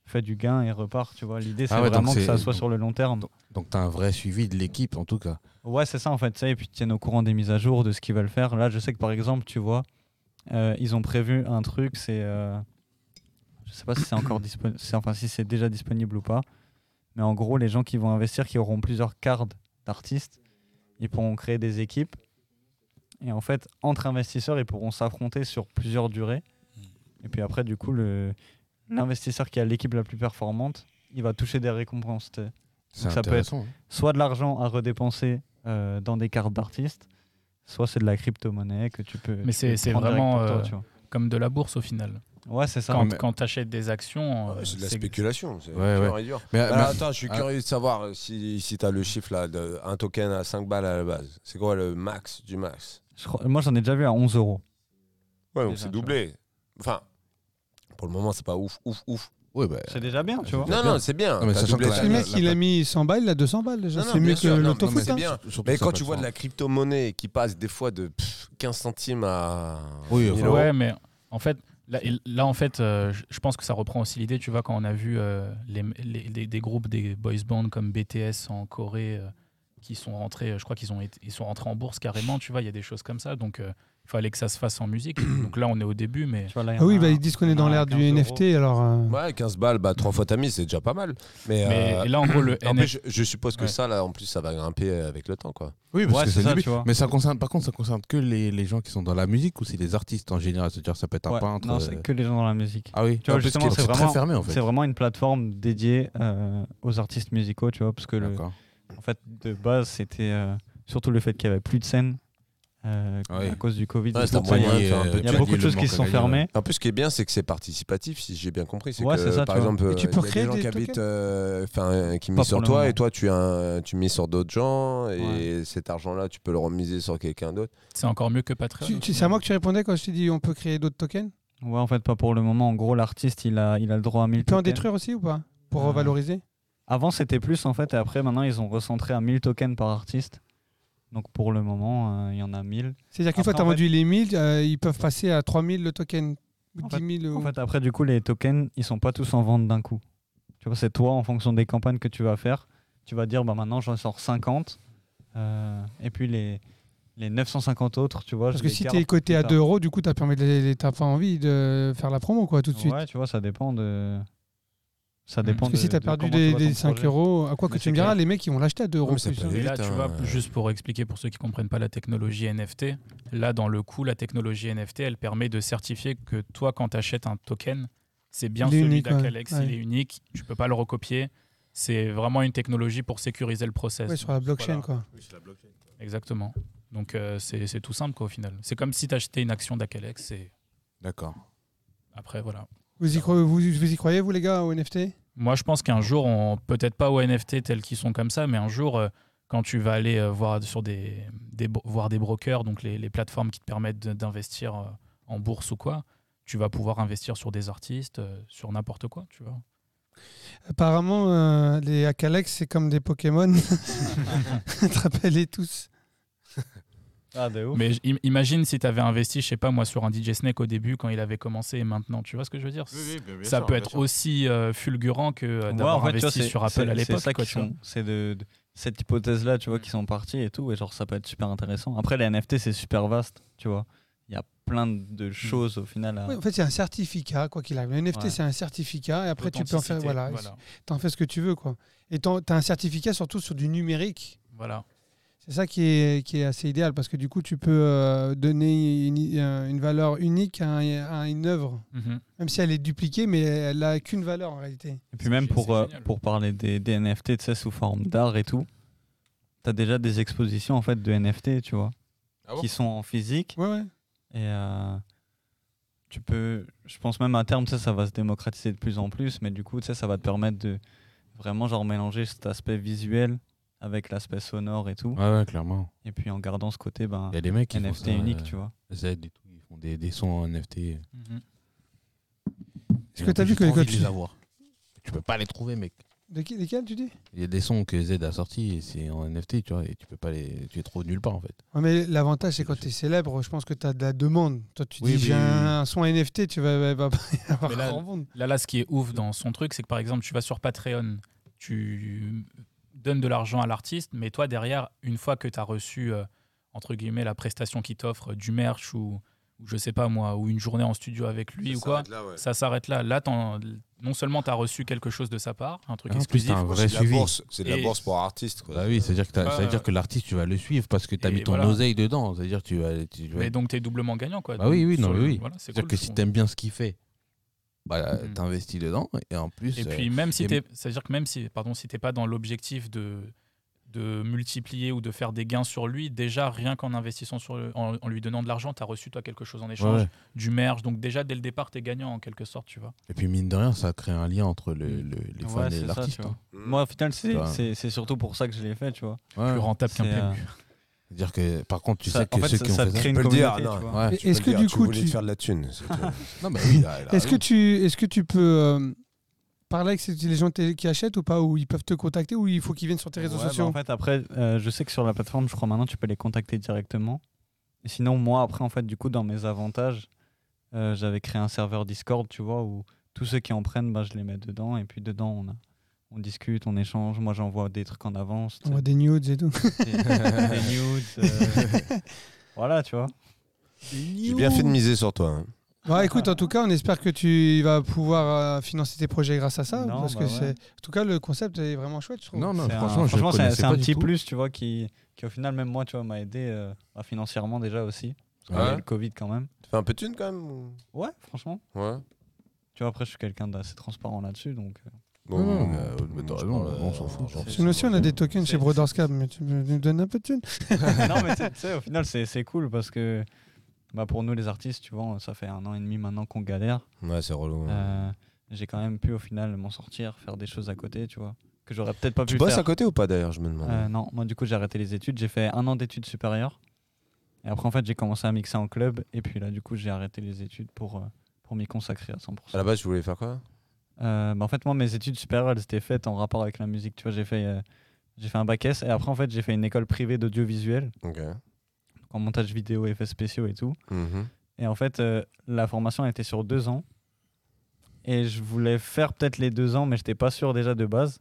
fait du gain et repart, tu vois. L'idée, c'est
Ah ouais, donc
vraiment que
c'est-
ça soit sur le long terme.
Donc, t'as un vrai suivi de l'équipe, en tout cas.
Ouais, c'est ça en fait, tu sais, et puis ils tiennent au courant des mises à jour, de ce qu'ils veulent faire. Là, je sais que par exemple, tu vois, euh, ils ont prévu un truc, c'est. euh, je sais pas si c'est encore disponible, enfin si c'est déjà disponible ou pas, mais en gros, les gens qui vont investir, qui auront plusieurs cartes d'artistes, ils pourront créer des équipes. Et en fait, entre investisseurs, ils pourront s'affronter sur plusieurs durées. Et puis après, du coup, le- l'investisseur qui a l'équipe la plus performante, il va toucher des récompenses. tu sais
C'est
ça peut être-
intéressant. hein.
soit de l'argent à redépenser euh, dans des cartes d'artistes, soit c'est de la crypto-monnaie que tu peux.
Mais
tu peux
c'est- c'est
prendre direct
vraiment,
pour toi,
euh,
tu vois.
comme de la bourse au final.
Ouais, c'est
Ah,
ça.
Quand,
mais-
quand t'achètes des actions, euh,
C'est de la
c'est-
spéculation. C'est
Ouais,
pur
ouais.
et dur.
Mais,
Alors,
mais-
Bah, attends, je suis
ah.
curieux de savoir euh, si, si tu as le chiffre là, de, un token à 5 balles à la base. C'est quoi le max du max
Je crois- Moi, j'en ai déjà vu à 11 euros.
Ouais, donc
Déjà,
c'est
tu
doublé. Enfin, pour le moment, c'est pas ouf, ouf, ouf.
Ouais, bah,
C'est déjà bien, tu vois.
Non, non, c'est bien.
Non, mais
T'as
sachant
doublé
que la-
ta-
Le mec,
la-
il a mis 100 balles, il a 200 balles déjà.
Non, non,
C'est mieux
bien
que
sûr, non,
l'autofoot.
mais c'est
hein.
bien.
surtout
Mais
sur
quand
la
tu vois de la crypto-monnaie qui passe des fois de pff, 15 centimes à.
Oui,
1000
enfin,
euros,
Ouais, mais en fait, là, il- là, en fait, euh, je- je pense que ça reprend aussi l'idée, tu vois, quand on a vu euh, les, les- des- des groupes, des boys bands comme BTS en Corée, euh, qui sont rentrés, euh, je crois qu'ils ont été- ils sont rentrés en bourse carrément, tu vois, il y a des choses comme ça, donc euh, il fallait que ça se fasse en musique. donc là, on est au début, mais
Tu vois, là, il y
Ah
en
oui,
a
bah,
un.
ils disent qu'on est dans
Ah,
l'ère du
15 euros.
NFT, alors. euh,
Ouais, 15 balles, bah, 3 fois ta mise, c'est déjà pas mal. Mais,
Mais
euh,
et là, en gros, le
en plus,
NFT.
je, je suppose que
Ouais.
ça, là, en plus, ça va grimper euh, avec le temps, quoi.
Oui, parce
Ouais,
que
c'est
c'est
ça,
le début.
tu vois.
Mais ça concerne, par contre, ça concerne que les, les gens qui sont dans la musique ou c'est les artistes en général C'est-à-dire, ça peut être un
Ouais,
peintre.
Non,
euh,
c'est que les gens dans la musique.
Ah oui,
Tu
Ah,
vois,
parce
justement,
que
c'est
très
vraiment-
fermé en fait.
C'est vraiment une plateforme dédiée euh, aux artistes musicaux, tu vois, parce que le,
D'accord.
en fait, de base, c'était euh, surtout le fait qu'il n'y avait plus de scène euh,
Ah oui.
à cause du Covid.
Ouais,
et
c'est un
tout,
Ça
il
moyen
y a-
de faire un peu de
il y a
tu
beaucoup de choses qui se sont fermées.
En plus, ce qui est bien, c'est que c'est participatif, si j'ai bien compris. C'est
Ouais,
que,
c'est ça,
par
tu vois.
exemple,
Et tu
euh,
peux
il y a
créer
des gens
des
qui habitent,
tokens
euh, enfin, euh, qui
Pas
misent
pour
sur
le
toi,
moment.
et toi, tu, as un- tu mises sur d'autres gens, et cet argent-là, tu peux le remiser sur quelqu'un d'autre.
C'est encore mieux que Patreon.
tu- tu- C'est à moi que tu répondais quand je t'ai dit on peut créer d'autres tokens
Ouais, en fait, pas pour le moment. En gros, l'artiste, il a, il a le droit à 1000
Il peut en
tokens.
détruire aussi ou pas Pour
Euh,
revaloriser
Avant, c'était plus, en fait, et après, maintenant, ils ont recentré à 1000 tokens par artiste. Donc, pour le moment, euh, il y en a 1000.
C'est-à-dire qu'une
Après,
fois que tu as
en fait-
vendu les 1000, euh, ils peuvent passer à 3000 le token. ou
En fait-
10 000
En
ou-
fait, après, du coup, les tokens, ils sont pas tous en vente d'un coup. Tu vois, c'est toi, en fonction des campagnes que tu vas faire, tu vas dire, bah maintenant, j'en sors 50. euh, et puis, les, les 950 autres, tu vois,
Parce
je
que
les
si
garde
tu es coté
plus
à
tard.
2 euros, du coup, tu n'as pas envie de faire la promo quoi, tout de suite.
Ouais, tu vois, ça dépend de. Ça
Mm.
dépend
Parce que
de-
si tu as
de
perdu
comment tu
des,
vois
des
ton
5
projet.
euros, à quoi
Mais
que tu
c'est
me diras,
clair.
les mecs, ils vont l'acheter à 2 euros.
mais ça
plus,
peut
hein.
aller
Et là,
vite,
tu
hein.
vois, juste pour expliquer pour ceux qui comprennent pas la technologie NFT, là, dans le coup, la technologie NFT, elle permet de certifier que toi, quand tu achètes un token, c'est bien
Il est
celui
unique, ouais.
d'Acalex, il
Ouais.
est unique, tu peux pas le recopier. C'est vraiment une technologie pour sécuriser le process.
Ouais, sur la blockchain,
Voilà.
quoi.
Exactement. Donc, euh, c'est c'est tout simple, quoi, au final. C'est comme si tu achetais une action d'Acalex et
D'accord.
après, voilà.
Vous y, croyez, vous, vous y croyez, vous, les gars, au NFT
Moi, je pense qu'un jour, on- peut-être pas aux NFT tels qu'ils sont comme ça, mais un jour, euh, quand tu vas aller euh, voir sur des, des bro- voir des brokers, donc les, les plateformes qui te permettent de- d'investir euh, en bourse ou quoi, tu vas pouvoir investir sur des artistes, euh, sur n'importe quoi, tu vois.
Apparemment, euh, les Akalex, c'est comme des Pokémon. Attrapez-les tous.
Ah, de ouf.
Mais j- im- imagine si tu avais investi, je sais pas moi, sur un DJ Snake au début quand il avait commencé et maintenant, tu vois ce que je veux dire Ça peut être aussi euh, fulgurant que euh,
Ouais,
d'avoir
en fait, tu vois,
investi
c'est-
sur
c'est-
Apple à
c'est
l'époque.
ça
quoi,
qui
tu vois.
sont- C'est de, de- cette hypothèse-là, tu vois, qui sont partis et tout. Et genre, ça peut être super intéressant. Après, les NFT, c'est super vaste, tu vois. Il y a plein de
Mm.
choses au final. à-
Ouais, en fait, c'est un certificat, quoi qu'il arrive. Le NFT,
Ah. Ouais.
c'est un certificat, et après, tu peux en faire.
Authenticité,
Voilà,
voilà.
t'en fais ce que tu veux, quoi. Et t'en- t'as un certificat surtout sur du numérique.
Voilà.
C'est ça qui est, qui est assez idéal, parce que du coup, tu peux euh, donner une, euh, une valeur unique à, un- à une œuvre,
Mhm.
même si elle est dupliquée, mais elle n'a qu'une valeur en réalité.
Et puis même
c'est
pour, euh,
génial.
pour parler des, des NFT, tu sais, sous forme d'art et tout, t'as déjà des expositions, en fait, de NFT, tu vois,
Ah bon
qui sont en physique.
Ouais, ouais.
Et euh, tu peux, je pense même à terme, tu sais, ça va se démocratiser de plus en plus, mais du coup, tu sais, ça va te permettre de vraiment genre mélanger cet aspect visuel avec l'aspect sonore et tout.
Ouais, ouais, clairement.
Et puis en gardant ce côté, ben,
Il y a des mecs qui
NFT
font ça,
unique,
euh,
tu vois.
Z et tout, ils font des, des sons en NFT.
Mhm.
Est-ce que t'as vu que les
tu
codes-
les avoir Tu peux pas les trouver, mec.
De qui- Lesquels, tu dis
Il y a des sons que Z a sortis et c'est en NFT, tu vois, et tu peux pas les, tu les trouves nulle part en fait.
Ouais, mais l'avantage, c'est quand tu es célèbre, je pense que tu as de la demande. Toi, tu
Oui,
dis, j'ai
oui, oui.
un, un son NFT, tu vas va, va, pas y avoir
Mais là-
à en vendre.
Là, là, ce qui est ouf dans son truc, c'est que par exemple, tu vas sur Patreon, tu donnes de l'argent à l'artiste, mais toi, derrière, une fois que tu as reçu, euh, entre guillemets, la prestation qu'il t'offre, euh, du merch ou, ou je sais pas moi, ou une journée en studio avec lui ou quoi, ça s'arrête là. Là, t'en- non seulement tu as reçu quelque chose de sa part, un truc
En Hein, Ah, plus,
exclusif,
t'as un
C'est
vrai
de la
suivi.
bourse, c'est de la
Et-
bourse pour artistes. Quoi.
Bah oui, c'est-à-dire que, t'as-
Ouais,
c'est-à-dire
ouais.
que l'artiste, tu vas le suivre parce que tu as
Et
mis ton
voilà.
oseille dedans. C'est-à-dire que tu vas. Tu, tu vas-
mais donc tu es doublement gagnant. Quoi.
Bah oui, oui, non,
Sur
mais
le-
oui.
voilà, c'est
c'est-à-dire
cool,
que
je
si
trouve.
t'aimes bien ce qu'il fait, bah,
Mhm.
t'investis dedans et en plus.
Et
euh,
puis même si
et-
t'es, c'est-à-dire que même si, pardon, si t'es pas dans l'objectif de de multiplier ou de faire des gains sur lui, déjà rien qu'en investissant sur le- en, en lui donnant de l'argent, tu as reçu toi quelque chose en échange,
Ouais.
du merge. Donc déjà dès le départ, tu es gagnant en quelque sorte, tu vois.
Et puis, mine de rien, ça crée un lien entre le-
Mm.
le- les
Ouais,
fans
c'est
et
ça,
l'artiste.
tu vois.
hein.
Hmm.
Moi, au final, c'est-
Ouais.
c'est c'est surtout pour ça que je l'ai fait, tu vois.
Ouais.
Plus rentable qu'un
C'est, euh,
PMU.
C'est-à-dire que, par contre, tu
Ça-
sais que
en fait,
ceux
ça,
qui ont
ça
fait
te crée
ça.
une
peux le dire,
communauté,
non.
ah, tu vois.
Ouais.
Et- Est-ce que du coup,
tu voulais
tu-
te faire de la thune c'est Bah tout.
Non, mais Bah oui, il a- il a
Est-ce que
raison.
tu, est-ce que tu peux euh, parler avec ces- les gens t- qui achètent ou pas, ou ils peuvent te contacter, ou il faut qu'ils viennent sur tes réseaux
Ouais, bah,
sociaux
en fait, après, euh, je sais que sur la plateforme, je crois maintenant, tu peux les contacter directement. Et sinon, moi, après, en fait, du coup, dans mes avantages, euh, j'avais créé un serveur Discord, tu vois, où tous ceux qui en prennent, bah, je les mets dedans. Et puis dedans, on, a- on discute, on échange. Moi, j'envoie des trucs en avance,
On
tu sais,
voit des nudes et tout.
des, des nudes. euh, voilà, tu vois.
J'ai bien fait de miser sur toi. hein.
Bah, écoute, en tout cas, on espère que tu vas pouvoir euh, financer tes projets grâce à ça,
Non,
parce
bah
que
ouais.
c'est, en tout cas, le concept est vraiment chouette, je trouve.
Non, non,
C'est un-
franchement, je
c'est-
connaissais
c'est
pas
un
du
petit
tout.
plus, tu vois, qui, qui au final, même moi, tu vois, m'a aidé euh, bah, financièrement déjà aussi. Parce qu'il y a
Ouais.
eu le Covid quand même.
Tu fais un peu de thune quand même ou-
Ouais, franchement.
Ouais.
Tu vois, après, je suis quelqu'un d'assez transparent là-dessus, donc. euh,
Non, non, mais,
euh,
euh, mais t'as
je
raison,
parle,
on s'en
euh,
fout,
genre,
Parce que nous aussi, on a des tokens
C'est-
chez Broderscap, mais tu me me donnes un peu de thunes.
non, mais tu sais- tu sais, au final, c'est c'est cool parce que bah, pour nous, les artistes, tu vois, ça fait un an et demi maintenant qu'on galère.
Ouais, c'est relou. hein.
Euh, J'ai quand même pu, au final, m'en sortir, faire des choses à côté, tu vois, que j'aurais peut-être pas
Tu
pu
bosses à
faire.
côté ou pas d'ailleurs, je me demande.
Euh, non, moi, du coup, j'ai arrêté les études. J'ai fait un an d'études supérieures. Et après, en fait, j'ai commencé à mixer en club. Et puis là, du coup, j'ai arrêté les études pour, euh, pour m'y consacrer à 100%.
À la base, tu voulais faire quoi
Euh, bah, en fait, moi, mes études supérieures, elles étaient faites en rapport avec la musique. Tu vois, j'ai fait, euh, j'ai fait un bac S. Et après, en fait, j'ai fait une école privée d'audiovisuel,
Ok.
donc en montage vidéo, effets spéciaux et tout.
Mhm.
Et en fait, euh, la formation elle était sur deux ans. Et je voulais faire peut-être les deux ans, mais j'étais pas sûr déjà de base.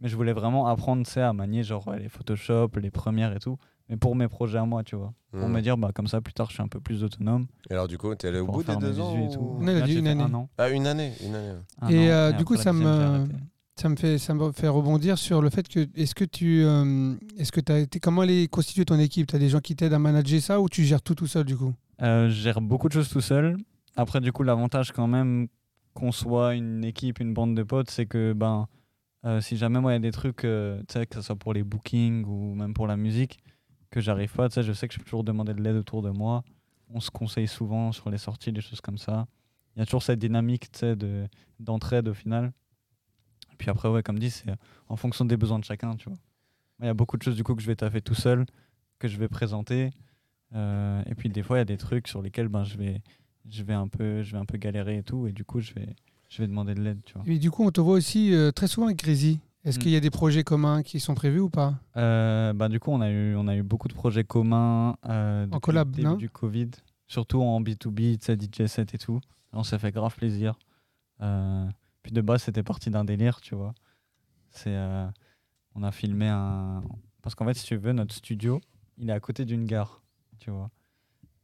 Mais je voulais vraiment apprendre, tu sais, à manier genre ouais, les Photoshop, les premières et tout. Mais pour mes projets à moi, tu vois. Pour
Mhm.
me dire, bah, comme ça, plus tard, je suis un peu plus autonome.
Et alors, du coup, t'es allé au
pour
bout des
faire mes
deux ans
visus et tout.
ou-
Non, il a
Là,
dit
j'ai
une
fait
année.
un an.
Ah, une année. Une année. ouais.
Un
Et,
an.
euh, du coup,
après la
ça me-
deuxième, j'ai arrêté.
Ça me fait, ça me fait rebondir sur le fait que, est-ce que tu, euh, est-ce que t'as été, comment elle est constituée ton équipe T'as des gens qui t'aident à manager ça ou tu gères tout tout seul du coup
Euh, je gère beaucoup de choses tout seul. Après, du coup, l'avantage quand même qu'on soit une équipe, une bande de potes, c'est que ben, euh, si jamais moi il y a des trucs, euh, tu sais, que ce soit pour les bookings ou même pour la musique, que j'arrive pas, tu sais, je sais que je peux toujours demander de l'aide autour de moi. On se conseille souvent sur les sorties, des choses comme ça. Il y a toujours cette dynamique, tu sais, de- d'entraide au final. Et puis après, ouais, comme dit, c'est en fonction des besoins de chacun, tu vois. Moi, Il y a beaucoup de choses du coup que je vais taffer tout seul, que je vais présenter. Euh, et puis des fois, il y a des trucs sur lesquels ben, je, vais, je, vais un peu, je vais un peu galérer et tout. Et du coup, je vais, je vais demander de l'aide. Tu vois.
Et du coup, on te voit aussi euh, très souvent avec Grisy. Est-ce
Mm.
qu'il y a des projets communs qui sont prévus ou pas
Euh, ben, du coup, on a, eu, on a eu beaucoup de projets communs euh, depuis
collab,
le début
non
du Covid. Surtout en B2B, tu sais, DJ set et tout. On s'est fait grave plaisir. Euh, puis de base, c'était parti d'un délire, tu vois. C'est, euh, on a filmé un... Parce qu'en fait, si tu veux, notre studio, il est à côté d'une gare, tu vois.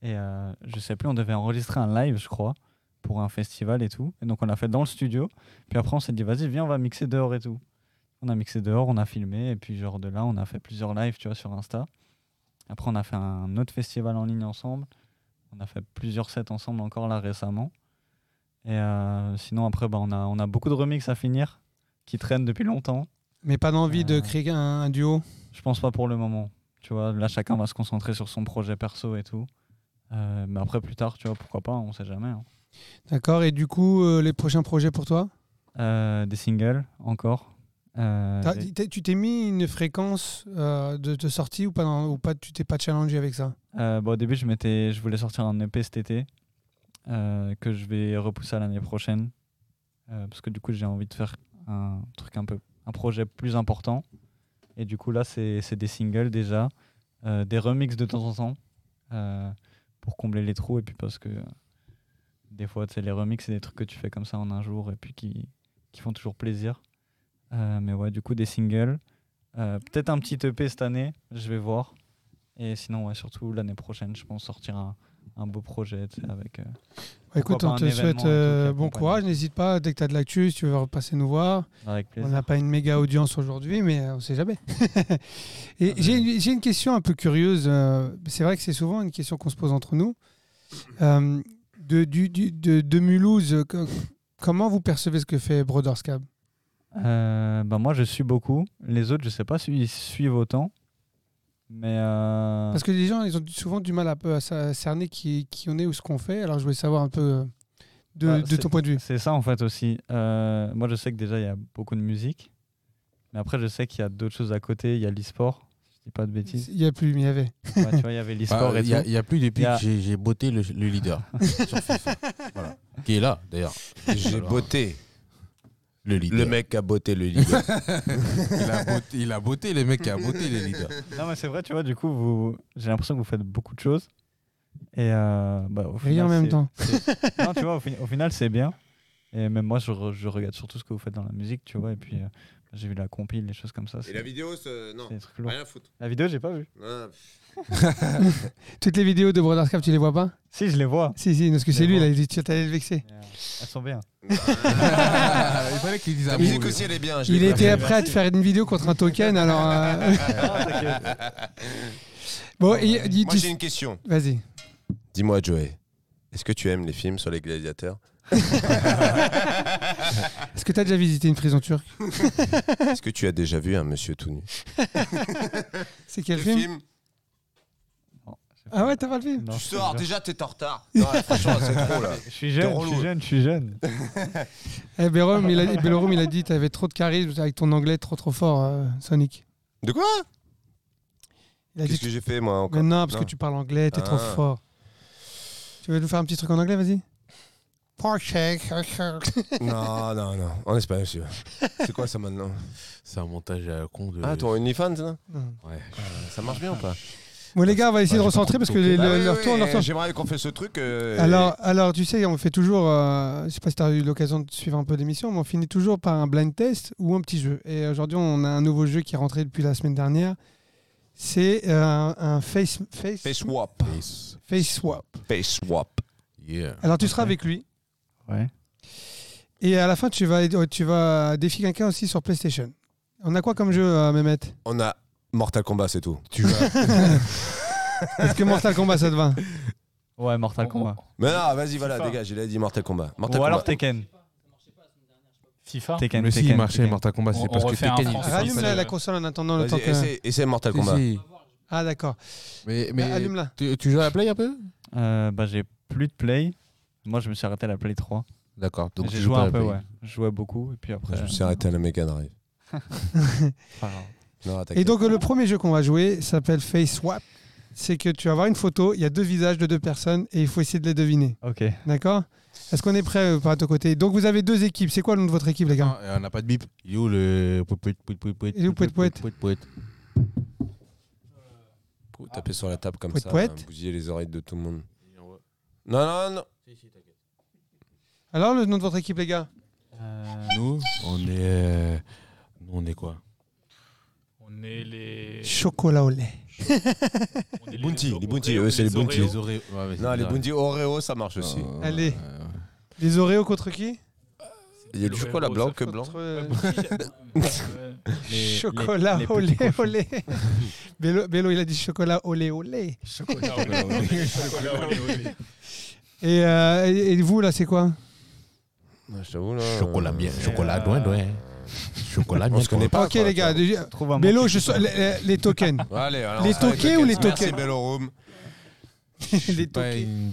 Et euh, je sais plus, on devait enregistrer un live, je crois, pour un festival et tout. Et donc, on l'a fait dans le studio. Puis après, on s'est dit, vas-y, viens, on va mixer dehors et tout. On a mixé dehors, on a filmé, et puis genre de là, on a fait plusieurs lives, tu vois, sur Insta. Après, on a fait un autre festival en ligne ensemble. On a fait plusieurs sets ensemble encore là récemment. Et euh, sinon, après, bah, on, a, on a beaucoup de remixes à finir qui traînent depuis longtemps.
Mais pas d'envie de
Euh.
créer un, un duo
Je pense pas pour le moment. Tu vois, là, chacun va se concentrer sur son projet perso et tout. Euh, mais après, plus tard, tu vois, pourquoi pas, on sait jamais. hein.
D'accord. Et du coup, euh, les prochains projets pour toi
Euh, des singles, encore. Euh,
T'as-
des-
t'as- Tu t'es mis une fréquence euh, de, de sortie ou pas, dans- ou pas Tu t'es pas challengé avec ça
Euh, bah, au début, je, m'étais- je voulais sortir un EP cet été euh, que je vais repousser à l'année prochaine euh, parce que du coup, j'ai envie de faire un truc un peu, un projet plus important. Et du coup, là, c'est c'est des singles déjà, euh, des remixes de temps en temps euh, pour combler les trous et puis parce que euh, des fois, tu sais, les remixes, c'est des trucs que tu fais comme ça en un jour et puis qui, qui font toujours plaisir. Euh, mais ouais, du coup, des singles. Euh, Peut-être un petit EP cette année, je vais voir. Et sinon, ouais, surtout l'année prochaine, je pense sortir un, un beau projet tu sais, avec. euh,
Bah, Écoute,
pas
on
un
te
événement et
souhaite
tout qui
euh,
accompagne.
bon courage. N'hésite pas, dès que tu as de l'actu, si tu veux repasser nous voir.
avec
On
plaisir.
n'a pas une méga audience aujourd'hui, mais euh, on sait jamais. Et
Ah,
j'ai une- j'ai une question un peu curieuse. euh, C'est vrai que c'est souvent une question qu'on se pose entre nous. Euh, de, du- du- de- de Mulhouse, euh, co- comment vous percevez ce que fait Brothers Cab
Euh, bah moi, je suis beaucoup. Les autres, je sais pas s'ils suivent autant. Mais euh,
Parce que les gens, ils ont souvent du mal un peu à sa- cerner qui, qui on est ou ce qu'on fait. Alors je voulais savoir un peu euh, de,
Bah,
de
c'est-
ton point de vue.
c'est ça en fait aussi. Euh, moi, je sais que déjà, il y a beaucoup de musique. Mais après, je sais qu'il y a d'autres choses à côté. Il y a l'e-sport, si je dis pas de bêtises.
Il n'y a plus, mais il y avait.
Ouais, tu vois, il y avait
Bah,
l'e-sport et
Il y a-
tout.
il y a, plus depuis
Il y a-
que j'ai- j'ai botté le, le leader sur FIFA. Voilà. Qui est là, d'ailleurs.
J'ai
Alors,
botté.
le leader.
Le mec a botté le leader.
il, a botté, il a botté le mec qui a botté le leader.
Non, mais c'est vrai, tu vois, du coup, vous... j'ai l'impression que vous faites beaucoup de choses. Et euh, bah, au
Rien
final,
en même
c'est-
temps.
c'est- non, tu vois, au, fi- au final, c'est bien. Et même moi, je, re- je regarde surtout ce que vous faites dans la musique, tu vois. Et puis, euh, j'ai vu la compile, les choses comme ça.
Et
c'est-
la vidéo, c'est- non,
c'est des trucs lourds.
rien à foutre.
La vidéo, j'ai pas vu.
Non, pff,
Toutes les vidéos de Brothers Cap, tu les vois pas
Si, je les vois.
Si, si, parce que
Je
c'est
les
lui,
vois.
là, il dit, tu t'allais le vexer.
Mais, euh, elles sont bien.
il fallait qu'il dise
La
un mot,
musique
lui.
aussi, elle est bien. je
Il
l'ai
est-
pas
était
fait.
merci.
prêt à te faire une vidéo contre un token, alors. euh,
Ah, t'inquiète.
Bon, et, dis-
bah, Moi,
tu-
j'ai une question.
vas-y.
Dis-moi, Joey, est-ce que tu aimes les films sur les gladiateurs
Est-ce que tu as déjà visité une prison turque
Est-ce que tu as déjà vu un monsieur tout nu
C'est quel film, Ah ouais, t'as pas le film
Non,
Tu
je te
sors,
jure.
déjà, t'es en retard. Non, franchement, c'est trop, là.
Je suis jeune, je
relou.
suis jeune, je suis jeune.
Eh, Béroum, il a, Bélorum, il a dit, t'avais trop de charisme avec ton anglais trop trop fort, euh, Sonic.
De quoi
Il a dit,
Qu'est-ce que j'ai fait, moi,
mais
encore
non, parce
Non.
que tu parles anglais, t'es trop
Ah.
fort. Tu veux nous faire un petit truc en anglais, vas-y
Non, non, non. En espagnol, si tu veux. C'est quoi, ça, maintenant
C'est un montage à la con de.
Ah, ton OnlyFans, là
Non.
Ouais. Ça marche bien ou pas
Bon, les gars, on va essayer
Bah,
de
j'ai pas
recentrer parce que
compris.
les- le-
Ah oui,
leur
oui,
tour,
oui,
leur tour.
J'aimerais qu'on fasse ce truc. euh,
Alors, alors, tu sais, on fait toujours, euh, je sais pas si tu as eu l'occasion de suivre un peu l'émission, mais on finit toujours par un blind test ou un petit jeu. Et aujourd'hui, on a un nouveau jeu qui est rentré depuis la semaine dernière. C'est euh, un- un face, face,
Face swap.
Face.
face swap.
Face swap.
Yeah.
Alors, tu seras
Ok.
avec lui.
Ouais.
Et à la fin, tu vas, tu vas défier quelqu'un aussi sur PlayStation. On a quoi comme jeu, euh, Mehmet
On a Mortal Kombat, c'est tout.
Tu vas.
Est-ce que Mortal Kombat, ça te va
Ouais, Mortal Kombat.
Mais non, vas-y, voilà,
FIFA.
dégage, il a dit Mortal Kombat. Mortal
Ou alors
Kombat.
Tekken.
FIFA.
Tekken,
Mais si, il
Tekken,
marchait
Tekken.
Mortal Kombat,
On-
c'est
on
parce que
refait un
Tekken. il-
France.
Rallume
c'est
la,
le-
la console en attendant le temps
Vas-y,
que...
essaie, essaie Mortal
Si,
Kombat.
si.
Ah, d'accord.
Mais, mais
Allume-la.
tu, tu joues à la play un peu
Euh, bah, j'ai plus de play. Moi, je me suis arrêté à la Play 3.
D'accord. Donc
J'ai
tu joues
joué
pas à
un
la
peu,
play.
ouais. Je jouais beaucoup. Et puis après.
Je me suis arrêté à la Mega Drive.
Pas grave.
Non, t'inquiète.
Et donc euh, le premier jeu qu'on va jouer s'appelle Face Swap. C'est que tu vas avoir une photo, il y a deux visages de deux personnes et il faut essayer de les deviner.
Ok.
D'accord Est-ce qu'on est prêt euh, par ton côté Donc vous avez deux équipes. C'est quoi le nom de votre équipe les gars
Non, et on n'a pas de bip. Il est où le. pouet, pouet, pouet, pouet, pouet,
Il est où, pouet,
pouet,
pouet
pouet, pouet
Pou- Taper sur la table comme
Pouet,
ça,
pouet.
hein, bousiller les oreilles de tout le monde. Non, non, non.
Alors le nom de votre équipe les gars
Euh,
Nous, on est. euh, Nous, on est quoi
On est les.
Chocolat au lait.
on est les
Bounty,
Oreo,
les Bounty, eux, c'est les Bounty.
Oreo.
Les oreilles. ouais, ouais, c'est
Non, les
vrai.
Bundy Oreo, ça marche aussi.
Euh,
Allez.
euh,
Les Oreos contre qui
Il y a du
Le
chocolat
Oreo,
blanc
ça
que blanc.
Contre, euh,
Ouais.
les-
Chocolat
les- les
au
petits
lait
cochons.
au lait. Bello, Bello, il a dit chocolat au lait au lait.
Chocolat Oreo. Chocolat Oreo.
Et, euh, et- et vous là c'est quoi
Ah, je t'avoue, là.
Chocolat
euh,
bien.
euh,
Chocolat loin, loin. Chocolat bien.
On se connaît pas.
Ok
quoi,
les gars,
toi.
déjà-
Trouve un mot
Bello,
qui-
je sens- les- les, les tokens.
Allez, alors,
Les
on s'arrête
toqués ou les
Merci,
toqués
Bellorum.
les
Pas
tokens.
une-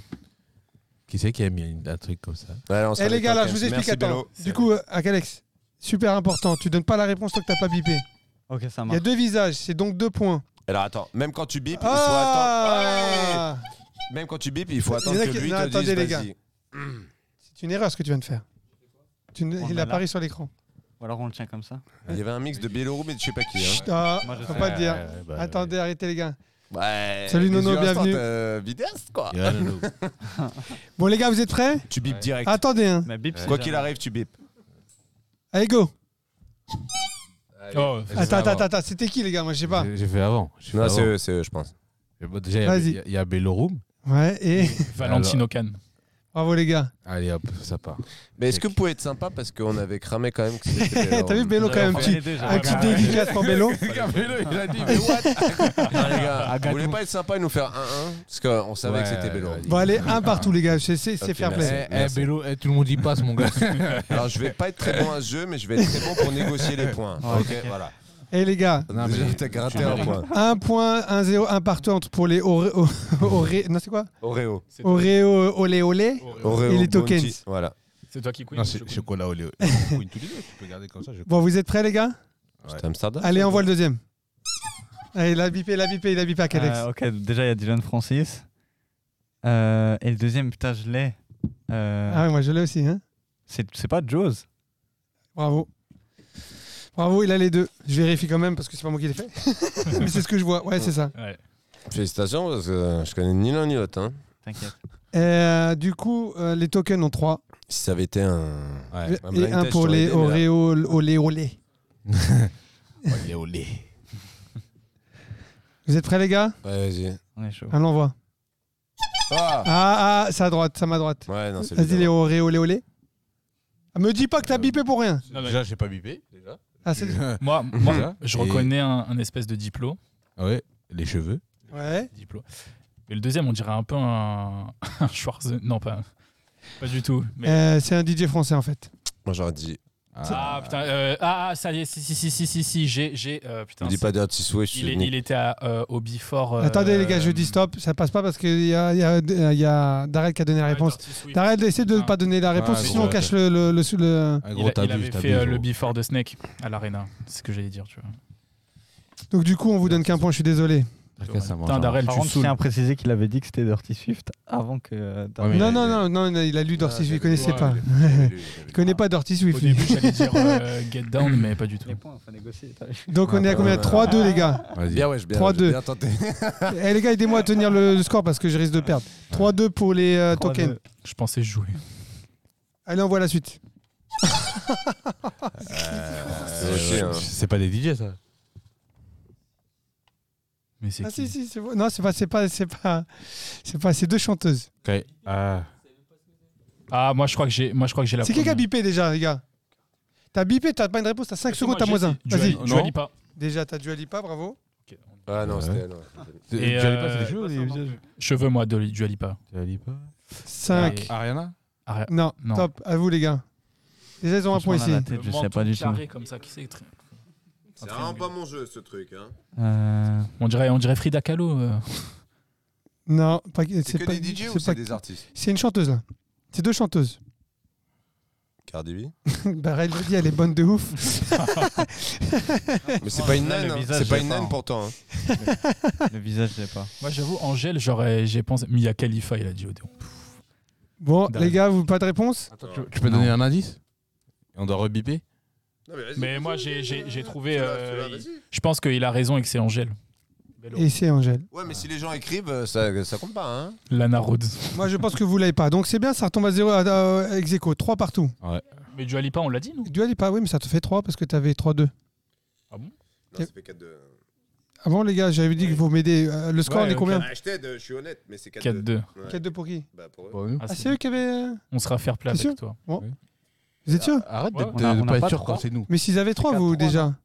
Qui c'est qui a mis un- un truc comme ça
Allez, on
Eh
s'arrête
les gars, là, je vous
Merci,
explique. attends.
Bello.
Du coup, euh, Akalex, super important. Tu donnes pas la réponse tant que t'as pas bipé.
Ok, ça
Il y a
marche.
deux visages, c'est donc deux points.
Alors attends, même quand tu bipes, il faut attendre.
Ah
Ouais Même quand tu bipes, il faut
Il y
attendre
en a
que
qui-
lui
non,
te
attendez,
dise
les gars.
vas-y.
C'est une erreur ce que tu viens de faire. Tu ne-
On
il
a
apparaît
là.
sur l'écran.
Ou alors on le tient comme ça.
Il y avait un mix de Bellorum et de je sais pas qui.
Chut,
Hein.
ah,
Moi, je
faut
sais.
pas dire.
Ouais, ouais, bah,
Attendez, arrêtez les gars.
Ouais,
Salut,
visual
Nono,
instant,
bienvenue.
euh, vidéaste, quoi.
ouais. Yeah, non, non.
Bon les gars, vous êtes prêts
Tu bipes direct.
Attendez, hein.
Mais bip, c'est
Quoi
déjà-
qu'il arrive, tu bipes.
Allez go.
Oh,
Vas-y,
Attends,
avant.
attends, attends. C'était qui les gars Moi je sais pas.
J'ai j'ai fait avant. j'ai fait
Non,
avant.
c'est eux, c'est eux, je pense.
Bon, Déjà, il y a-
Vas-y.
il y a- il y a Bellorum.
Ouais. Et
Valentino Can.
Bravo les gars.
Allez hop, ça part.
Mais est-ce que vous pouvez être sympa parce qu'on avait cramé quand même que c'était.
T'as vu Bello quand même petit,
Ah,
un petit
bah,
dédicace pour Bello.
il a
Ah,
dit.
Mais what Non, les gars,
Agathe-
vous voulez pas être sympa et nous faire 1-1 Parce qu'on savait
Ouais,
que c'était Bello.
ouais,
Bon allez, un partout les gars, c'est c'est- c'est
Ok,
fair
merci.
play.
Eh, eh, Bello, eh, tout le monde y passe, mon gars.
Alors je vais pas être très bon à ce jeu, mais je vais être très bon pour négocier les points. ok, voilà.
Et Eh, les gars,
Non, mais-
Déjà, t'as gratté
tu
un
mérites.
point.
1 point, 1 0, 1 partout entre pour les Oré- o- Oré- non c'est quoi
Oreo.
Oreo Olé Olé.
Oreo.
Et les
Bounty.
tokens.
Voilà.
C'est toi qui queen
Non, c'est
je-
chocolat au lait. Tu peux garder comme ça. je-
Bon, vous êtes prêts les gars
C'était Amsterdam.
Allez, envoie le deuxième. Allez, il a bipé, il a bipé, il a bipé à Calex.
Euh, ok, déjà il y a Dylan Francis. Euh, et le deuxième, putain, je l'ai. Euh,
Ah oui, moi je l'ai aussi. Hein
c'est, c'est pas Jaws.
Bravo. Bravo, il a les deux. Je vérifie quand même parce que c'est pas moi qui l'ai fait. Mais c'est ce que je vois. Ouais, c'est ça.
Ouais.
Félicitations, parce que euh, je connais ni l'un ni l'autre. hein.
T'inquiète.
Euh, du coup, euh, les tokens ont trois.
Si ça avait été un.
Ouais.
et
un blind
un
test,
pour
j'aurais
les
aidé, mais là-
Oreo Olé Olé.
Olé, olé.
Vous êtes prêts les gars
Ouais, vas-y.
On est chaud.
Un envoi.
Ah
Ah, ah, c'est à droite, c'est à ma droite.
Ouais, non, c'est
Vas-y les
Léo.
Oreo Olé Olé. Ah, me dis pas que t'as
Euh,
bipé pour rien.
Non, non,
Déjà, j'ai pas bipé. Déjà.
Ah,
Euh,
c'est...
Moi, moi
Déjà
je
Et-
reconnais un, un espèce de diplôme.
Ah Ouais. Les cheveux.
Ouais.
Diplo. Et le deuxième, on dirait un peu un, un Schwarzenegger. Non, pas, pas du tout. Mais...
Euh, c'est un DJ français en fait.
Moi, j'aurais dit.
Ah, putain. euh, ah, ah, ça y est, si, si, si, si, si, si, j'ai. j'ai euh, putain,
Ne dis
c'est-
pas d'artiste Swiss, je
il, est-
suis né.
il était à, euh, au Before. euh,
Attendez les gars, je dis stop, ça passe pas parce qu'il y a, il y a, il y a Darrell qui a donné la
Ouais,
réponse.
Dirty Swift.
Darrell, essaie de ne
Ah.
pas donner la réponse,
Ouais,
sinon on
gros.
cache le. le, le, le-
Un
Il,
gros
a- il
t'abuses,
avait fait
t'abuses,
euh, le
gros.
Before de Snake à l'Arena. C'est ce que j'allais dire, tu vois.
Donc du coup, on vous donne qu'un point, je suis désolé.
Chacun sa
Putain,
mangeance.
Darrell,
Par
tu
contre, je
saoules.
tiens à préciser qu'il avait dit que c'était Dirty Swift avant que. euh,
Ouais, mais-
non,
il
non, non,
a-
non, il a- il a lu Dorty Swift, il connaissait
Euh, ouais,
pas.
il
Il connaît pas Dorty
Au
Swift. lui.
début, j'allais dire euh, Get Down, mais pas du tout.
Les points, faut négocier.
Donc on est à
Ah,
combien
bah,
3-2 les gars.
Vas-y.
Bien, ouais, je- bien,
3-2.
j'ai bien tenté.
Eh les gars, aidez-moi à tenir le, le score parce que je risque de perdre. 3-2 pour les euh, tokens.
Je pensais jouer.
Allez, on voit la suite.
C'est aussi, hein.
euh, C'est pas des DJ, ça.
Mais c'est
Ah
qui
si si, c'est non, c'est pas c'est pas c'est pas c'est pas c'est deux chanteuses.
Ok. Ah.
Ah, moi, je crois que j'ai, moi, je crois que j'ai la.
C'est qui qui a
première.
bipé déjà les gars T'as bipé, t'as pas une réponse, t'as 5 secondes, t'as moins 1.
Dua-
Vas-y.
Dua Lipa.
Déjà, t'as Dua Lipa, bravo.
Ok.
Ah non,
Ouais.
c'était. non.
Tu
Et,
allais pas, c'est
euh,
des cheveux ou des visages
Cheveux, moi, de Dua Lipa.
Tu allais pas
5.
Ah,
Ariana
ah,
Non,
Non.
top, à vous les gars. Déjà, ils ont un point ici.
le
je sais
menton
pas du tout.
carré comme ça, qui c'est très-
C'est vraiment pas mon jeu, ce truc. hein.
Euh,
On dirait, on dirait Frida Kahlo. euh.
Non, pas,
C'est que
pas-
des DJ
c'est
ou
pas-
c'est des artistes
C'est une chanteuse là. C'est deux chanteuses.
Cardi B.
bah, elle dit, elle est bonne de ouf.
Mais c'est pas une
le
naine, hein.
visage,
c'est pas
j'ai
une
pas, hein.
naine pourtant. hein.
le visage, je l'ai pas.
Moi, j'avoue, Angèle, j'aurais, j'ai pensé. Mais il y a Khalifa, il a dit Odéon.
Bon,
Dalle.
les gars, vous pas de réponse
Attends,
Tu tu peux donner un indice On doit rebiper
Mais moi, j'ai, j'ai, j'ai trouvé. euh, il- je pense qu'il a raison et que c'est Angèle.
Et c'est Angèle.
Ouais, mais si les gens écrivent, euh, ça, ça compte pas. Hein.
Lana Rhodes.
Moi, je pense que vous l'avez pas. Donc c'est bien, ça retombe à 0 à, à- ex aequo, 3 partout.
Mais Dua Lipa, on l'a dit, nous
Dua Lipa, oui, mais ça te fait 3 parce que t'avais 3-2.
Non,
Yep.
fait 4 2
Avant, les gars, j'avais dit que vous m'aidez. Euh, le score,
Ouais,
on est
ok.
combien
je t'aide, euh, je suis honnête, mais c'est
4-2.
4-2 pour qui
Bah, pour
Pour nous
Ah,
Ah,
c'est-
c'est eux qui avaient. euh,
on sera fair play
C'est
avec toi.
Vous
Ah,
êtes sûr
Arrête
Ouais,
d'être-
on a-
de
on a
pas
pas
être sûr
trois.
quand c'est nous.
Mais s'ils avaient 3,
quatre,
vous,
trois,
déjà.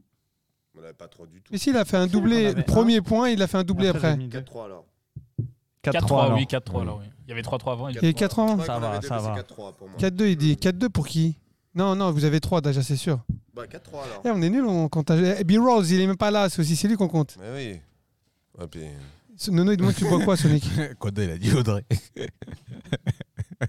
On n'avait pas trop du tout.
Mais s'il a fait un
On
doublé,
avait un.
premier point, il a fait un doublé après.
4-3 alors.
4-3, oui, 4-3,
Oui.
alors oui. Il y avait 3-3 avant. il-
Il y a 4 ans.
Ça va, ça va.
4-3 pour moi.
4-2, il dit. 4-2 pour qui Non, non, vous avez 3 déjà, c'est sûr.
Bah, 4-3 alors.
Eh, on est nul, on compte. à- Eh, B-Rolls, il est même pas là, c'est aussi c'est lui qu'on compte.
Mais Eh oui. Ouais, puis...
Ce- Nono, il demande tu bois quoi, Sonic
Koda, il a dit Audrey.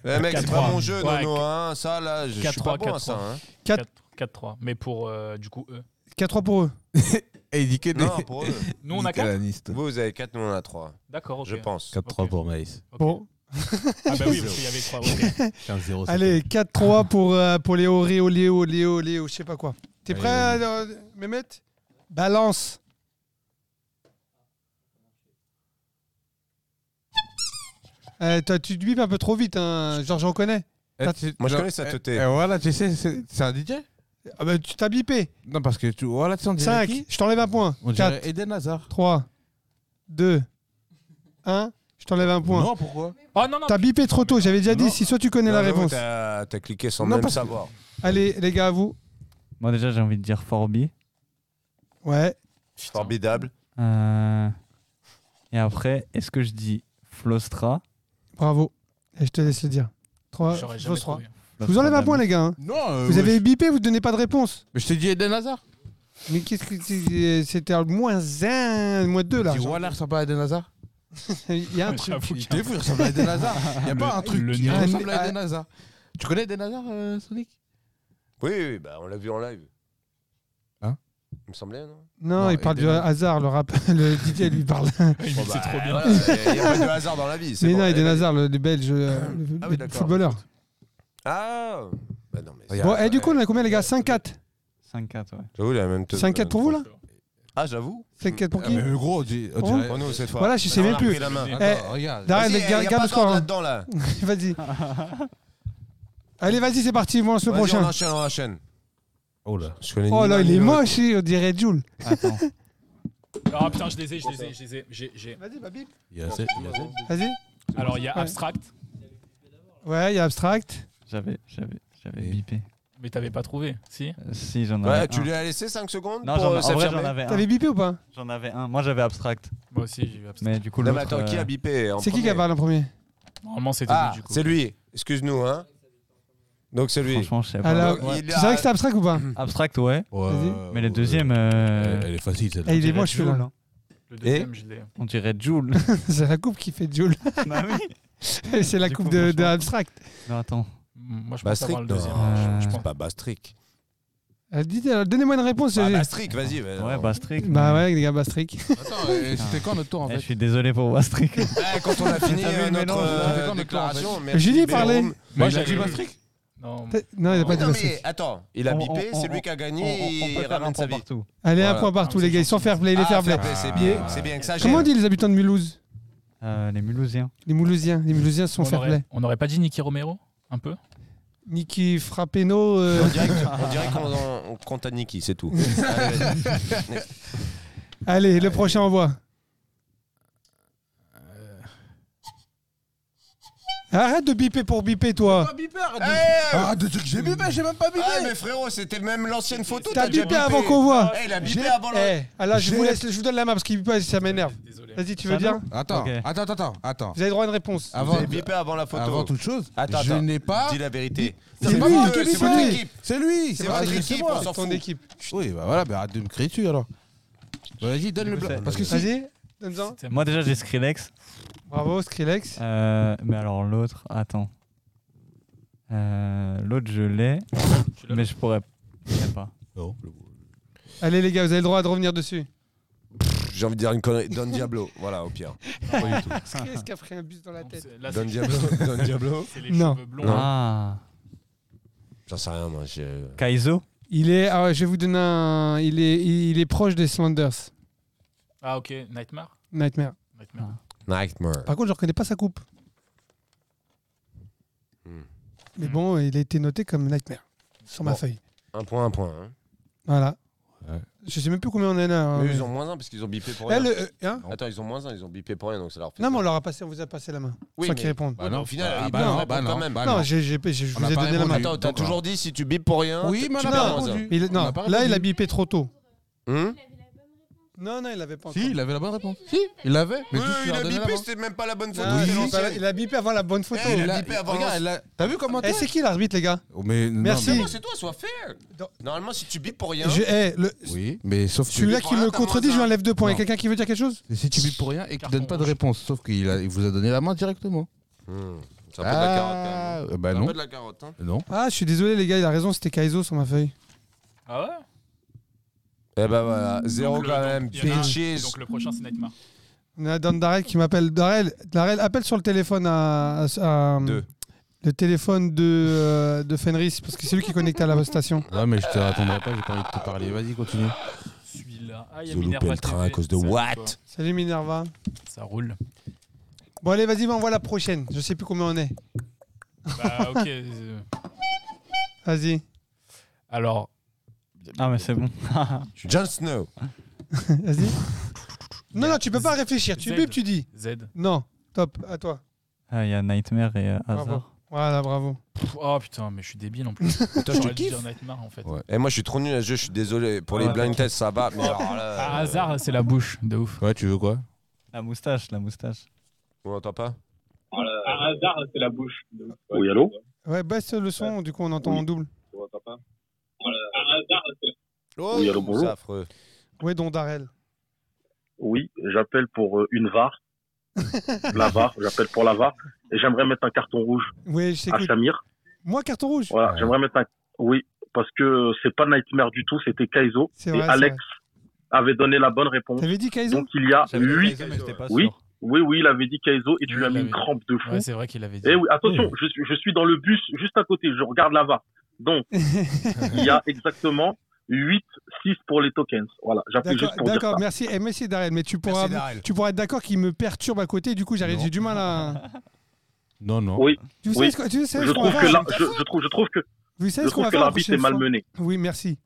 Eh, mec, c'est
4-3.
pas mon jeu,
Ouais,
Nono. Hein. Ça, là, je je suis
4-3,
pas bon à ça. Hein.
4-3. Mais pour, euh, du coup, eux.
4-3 pour eux.
Et Eh, il dit que
Non, pour eux.
Nous, on a 4
Vous, vous avez 4, nous, on a 3.
D'accord, ok.
Je pense.
4-3
Ok.
pour Maïs.
Ok.
Bon,
Ah, bah oui, parce qu'il y avait 3. ok.
15-0. c'était-
allez, 4-3 pour, euh, pour Léo, Léo, Léo, Léo, Léo, je sais pas quoi. T'es
Allez,
prêt,
vas-y.
euh, Mehmet Balance. Euh, toi, tu te bipes un peu trop vite, hein. genre je reconnais.
Eh, tu-
Moi, je
non,
connais sa
eh,
teuté.
eh, Voilà, tu sais, c'est c'est un DJ
Ah bah, tu t'as bipé.
Non, parce que tu. Voilà, tu sais, on
5,
dirait qui
je t'enlève un point.
On
4,
dirait Eden Hazard.
3, 2, 1. Je t'enlève un point.
Non, pourquoi
Oh non, non.
T'as bipé trop tôt, j'avais déjà dit
Non.
si soit tu connais
Non,
la
j'avoue,
réponse.
T'as t'as cliqué sans
Non,
même
parce que-
savoir.
Allez, les gars, à vous.
Moi, déjà, j'ai envie de dire Forbi.
Ouais.
Formidable.
Euh, Et après, est-ce que je dis Flostra
Bravo. Et je te laisse le dire. 3,
J'aurais jamais
2, 3.
trouvé.
Je vous enlève un point, les gars. hein.
Non, euh,
Vous
moi,
avez bipé, vous ne donnez pas de réponse.
je- Je te dis Eden Hazard.
Mais qu'est-ce que c'est- c'était le moins 1, moins 2
Tu
là.
dis Waller, ça pas Eden Hazard
Il y a un truc.
J'avoue
T'es
qu'il
fou, il ressemble à Eden Hazard. Il n'y a
Le-
pas un truc
le
qui
niveau.
ressemble à Eden Hazard. Tu connais Eden Hazard, euh, Sonic
Oui, oui, bah, on l'a vu en live.
Hein
Il me semblait, non
Non,
Non,
il parle
et
du
Denaz-
hasard, le rap. Le DJ lui parle.
il
Bon,
dit que c'est
bah,
trop bien.
voilà, Il n'y a pas de hasard dans la vie. c'est
Mais
bon.
non,
Eh
Eden
ben,
Hazard, le, le belge, euh, le,
Ah oui,
le
d'accord.
footballeur.
Ah Bah non, mais.
Bon,
Ah,
et du coup, on a combien, les gars
ouais.
5-4.
5-4, ouais.
J'avoue, il a même. te-
5-4 pour vous, là
Ah, j'avoue.
5-4 pour
Ah,
qui
Mais le gros, on dit- on
Oh.
dirait-
Pour nous, cette fois.
Voilà, je sais
On a
même plus.
repris la main.
Eh,
Attends, regarde.
Darrel,
Vas-y, eh, y a
garde
pas
le score.
d'ordre
hein.
là-dedans, là.
Vas-y. Allez, vas-y, c'est parti, moi, le
Vas-y, On
prochain.
enchaîne, on enchaîne.
Oh là.
Je connais
Oh
ni
là,
l'un
il
ni
est
l'autre.
moche, on dirait Jules.
Attends.
Ah putain, je les ai, je les ai, je les ai. J'ai- j'ai-
Vas-y, Babi.
Il y a assez- il y a assez-
Vas-y.
Alors, il y a
Ouais.
Abstract,
Ouais, il y a Abstract.
J'avais, j'avais, j'avais
Et-
bipé.
mais t'avais pas trouvé, si
Euh, si, j'en avais
Ouais, tu
un.
lui as laissé 5 secondes
Non,
pour
j'en,
euh,
en vrai, j'en
s'affirmer.
avais un.
T'avais bipé ou pas
J'en avais un. Moi, j'avais abstract.
Moi aussi, j'ai eu Abstract.
Mais du coup,
Non,
l'autre,
mais attends,
euh,
qui a bipé en
C'est qui qui
premier
a parlé en premier
Normalement, c'était
Ah,
lui, du coup.
c'est lui. Excuse-nous, hein. Donc, c'est lui.
Franchement, je sais pas.
Alors, Ah,
Ouais.
Tu savais que c'était Abstract ou pas
Mm. Abstract, ouais.
Ouais,
Vas-y.
ouais,
Mais le
ouais.
Euh,
deuxième,
Elle
euh,
elle est facile, celle-là.
Eh,
on
Il est
dirait
moche,
Jul,
celui-là.
hein.
Le deuxième, je l'ai.
On dirait Joule.
C'est la coupe qui fait Jules.
bah oui.
C'est la
Du
coupe
coup,
de,
franchement.
de Abstract.
Non, attends.
Moi, je pense
Bastric
avoir le deuxième.
non.
Je- je
Bah, euh, Je
pense-
pense pas
Oh,
Bastric.
Euh, dites- alors, Donnez-moi une réponse.
Ah,
j'ai-
Bastric, vas-y. vas-y.
Ouais, Bastric.
Bah
mais-
ouais, les gars, Bastric.
Ah.
Attends, euh, c'était quand notre tour en
Eh, je
fait
suis désolé pour Bastric.
Eh, Quand on a fini
T'as vu
euh,
le
notre
mélange, là
euh,
T'es quand,
déclaration,
Julie parlait.
Bah,
Moi,
Il a
j'avais-
dit Maastricht
Non,
Non, il n'a pas dit
Non,
Bastric.
mais attends, il a
On-
bipé,
on-
c'est
on-
lui qui a
On- on, on
gagné,
peut
il
faire un point
ramène sa vie.
partout.
Allez, un
Voilà.
point partout,
Ah,
les
c'est
gars. Ils sont fair play, les
Ah,
fair play.
fair play, C'est
Il est-
bien, c'est bien que ça
Comment on
gêne.
dit les habitants de Mulhouse
Euh, les Mulhousiens.
Les Mulhousiens. Les Mulhousiens sont
on
fair
aurait-
play.
On n'aurait pas dit Nicky Romero Un peu
Niki Frappeno. euh,
On dirait que- on dirait qu'on on compte à Niki, c'est tout. Allez, vas-y.
Allez, le prochain envoi. Arrête de biper pour biper, toi.
Eh,
Ah, deux trucs, j'ai bipé, j'ai même pas bipé
Ah, mais frérot, c'était même l'ancienne photo.
T'as
déjà
bipé avant qu'on voit.
Eh, il a
J'ai-
bipé avant la.
Eh, alors je
J'ai-
vous laisse, je vous donne la main parce qu'il bipe, ça m'énerve.
Désolé.
Vas-y, tu veux
Ça
dire
Attends,
Ok.
attends, attends, attends, attends.
Vous avez droit à une réponse.
Vous
Avant,
avez bipé avant la photo.
avant toute chose,
Attends,
je
attends.
n'ai pas.
Dis la vérité.
C'est
C'est
lui,
votre-
qui a
c'est votre
bipé.
équipe.
C'est lui
C'est
pas
votre
lui, c'est
équipe,
moi.
on s'en
ton
fout.
équipe.
Oui, bah voilà, bah arrête de me crier dessus alors. Bah, Vas-y, donne le
Du coup,
blanc.
c'est-
Parce que si.
Vas-y, donne-en.
C'était-
Moi, déjà, j'ai Skrillex.
Bravo, Skrillex.
Euh, mais alors, l'autre, attends. Euh, l'autre, je l'ai.
Tu l'as
mais je pourrais. Je sais pas.
Allez, les gars, vous avez le droit de revenir dessus.
J'ai envie de dire une connerie. Don Diablo. Voilà, au pire. Pas du tout.
Skrillex qui a pris un bus dans la
Non,
tête.
c'est- là,
Don
c'est-
Diablo. Don Diablo.
C'est les
Non.
cheveux blonds.
Ah.
J'en sais rien, moi. je-
Kaizo
Il est, ah ouais, je vais vous donner un. Il est, il est proche des Slanders.
Ah, ok. Nightmare
Nightmare.
Nightmare.
Nightmare.
Par contre, je reconnais pas sa coupe.
Hmm.
Mais bon, il a été noté comme Nightmare sur ma
Bon.
feuille.
Un point, un point. hein.
Voilà.
Ouais.
Je sais même plus combien on en a. hein,
Mais
mais-
ils ont moins un parce qu'ils ont bipé pour
Eh,
rien.
le- euh, hein
Attends, ils ont moins un, ils ont bipé pour rien, donc ça leur fait.
non, mais on leur a passé, on vous a passé la main.
Oui,
Sans
mais-
qu'ils répondent.
Bah non,
au final,
bah,
il
bah
peut
non,
répondre
bah
quand
non,
même.
bah
non, j'ai- j'ai- j'ai- je
On
vous
a
ai
pas
donné la main.
répondu.
Attends, t'as
D'accord.
toujours dit si tu bipes pour rien.
Oui,
tu-
mais on
tu
a
perds
pas
moins un.
répondu.
Mais il-
On
non,
a pas
là,
répondu.
il a bipé trop tôt.
Hum
Non, non, il avait pas encore.
Si, il avait la bonne réponse. Si, il l'avait. Mais
Oui,
juste, tu
il
lui as
a
donné la
bipé,
bonne.
c'était même pas la bonne photo.
Non,
c'est
il a-
l'ancienne.
il a bipé avant la bonne photo.
Eh, il
Il
a
a-
bipé avant.
Regarde, elle a- t'as vu comment
Eh,
t'es
c'est qui l'arbitre, les gars
Oh, mais- non,
Merci.
mais-
Non, c'est toi, sois fair.
Non.
Normalement, si tu bipes pour rien.
Je- eh, le-
Oui, mais sauf que
Celui-là qui me
Voilà, t'as
contredit,
moins
je lui enlève deux points. Y a
Non.
quelqu'un qui veut dire quelque chose
si tu bipes pour rien et que tu
Carton
donnes pas de
rouge.
réponse, sauf qu'il a- il vous a donné la main directement.
Hmm, C'est un peu de la carotte.
Ah, euh, bah
quand même. C'est un peu
non.
de la carotte. hein.
Non.
Ah, je suis désolé, les gars, il a raison, c'était Kaizo sur ma feuille.
Ah ouais
Eh ben voilà, zéro
Donc le-
quand
donc,
même.
il y en a un.
Bitches.
Donc le prochain, c'est Nightmare.
On a Dan Darel qui m'appelle. Darel, Darel, appelle sur le téléphone à. à- à-
Deux.
Le téléphone de, euh, de Fenris, parce que c'est lui qui est connecté à la station.
Non, mais je te répondrai pas, j'ai pas envie de te parler. Vas-y, continue.
Celui-là. Ah, il y a
Ils ont loupé
Minerva
le train
TV.
à cause de
Ça,
what
Salut Minerva.
Ça roule.
Bon, allez, vas-y, on voit la prochaine. Je sais plus combien on est.
Bah, ok. euh,
Vas-y.
Alors,
Ah, mais c'est bon.
Jon Snow.
Vas-y. Non, non, tu peux pas réfléchir. Tu
Z.
bipes, tu dis.
Z.
Non. Top, à toi.
Ah, Il y a Nightmare et euh, Hazard.
Voilà, bravo.
Pff, oh putain, mais je suis débile en plus.
Putain, je te
J'aurais dû
kiffe.
dire Nightmare en fait.
Ouais. Et moi, je suis trop nul à ce jeu, je suis désolé. Pour les
Ouais.
blind tests, ça va. Mais alors là,
Ah,
euh,
hasard, c'est la bouche, de ouf.
Ouais, tu veux quoi
La moustache, la moustache.
On n'entend pas
Oui, allô
Ouais, baisse le son, du coup, on entend
Oui.
en double.
Oh,
Oui, allô, bonjour.
c'est affreux.
Ouais, Don Darrel.
Oui, j'appelle pour euh, une VAR. la VAR, j'appelle pour la VAR. Et j'aimerais mettre un carton rouge
Ouais, je
à
t'écoute.
Samir.
Moi, carton rouge.
Voilà,
Ouais.
j'aimerais mettre un. Oui, parce que c'est pas Nightmare du tout, c'était Kaizo.
C'est
et
vrai, c'est
Alex
vrai.
avait donné la bonne réponse.
T'avais dit Kaizo
Donc il y
Ah,
a
J'avais
huit.
raison, mais j'étais pas
Oui.
sûr.
Oui, oui, il avait dit Kaizo et tu
Oui,
lui as
il
mis une
avait-
crampe de fou.
Ouais, c'est vrai qu'il avait dit.
Eh oui, attention, je, suis- je suis dans le bus juste à côté, je regarde là-bas. Donc, il y a exactement 8, 6 pour les tokens. Voilà, j'appelle
D'accord,
juste pour dire ça.
d'accord, merci. Eh, merci Darrel, mais tu pourras, tu pourras être d'accord qu'il me perturbe à côté, du coup j'arrive,
Non.
j'ai du mal à.
Non, non.
Oui.
Tu sais
Oui.
ce que- tu sais
Je
ce qu'on va
trouve que
faire
là, je, je trouve, je trouve que,
Vous
je
savez ce qu'on
trouve
va
que
faire la
l'arbitre est
prochaine fois
malmené.
Oui, merci.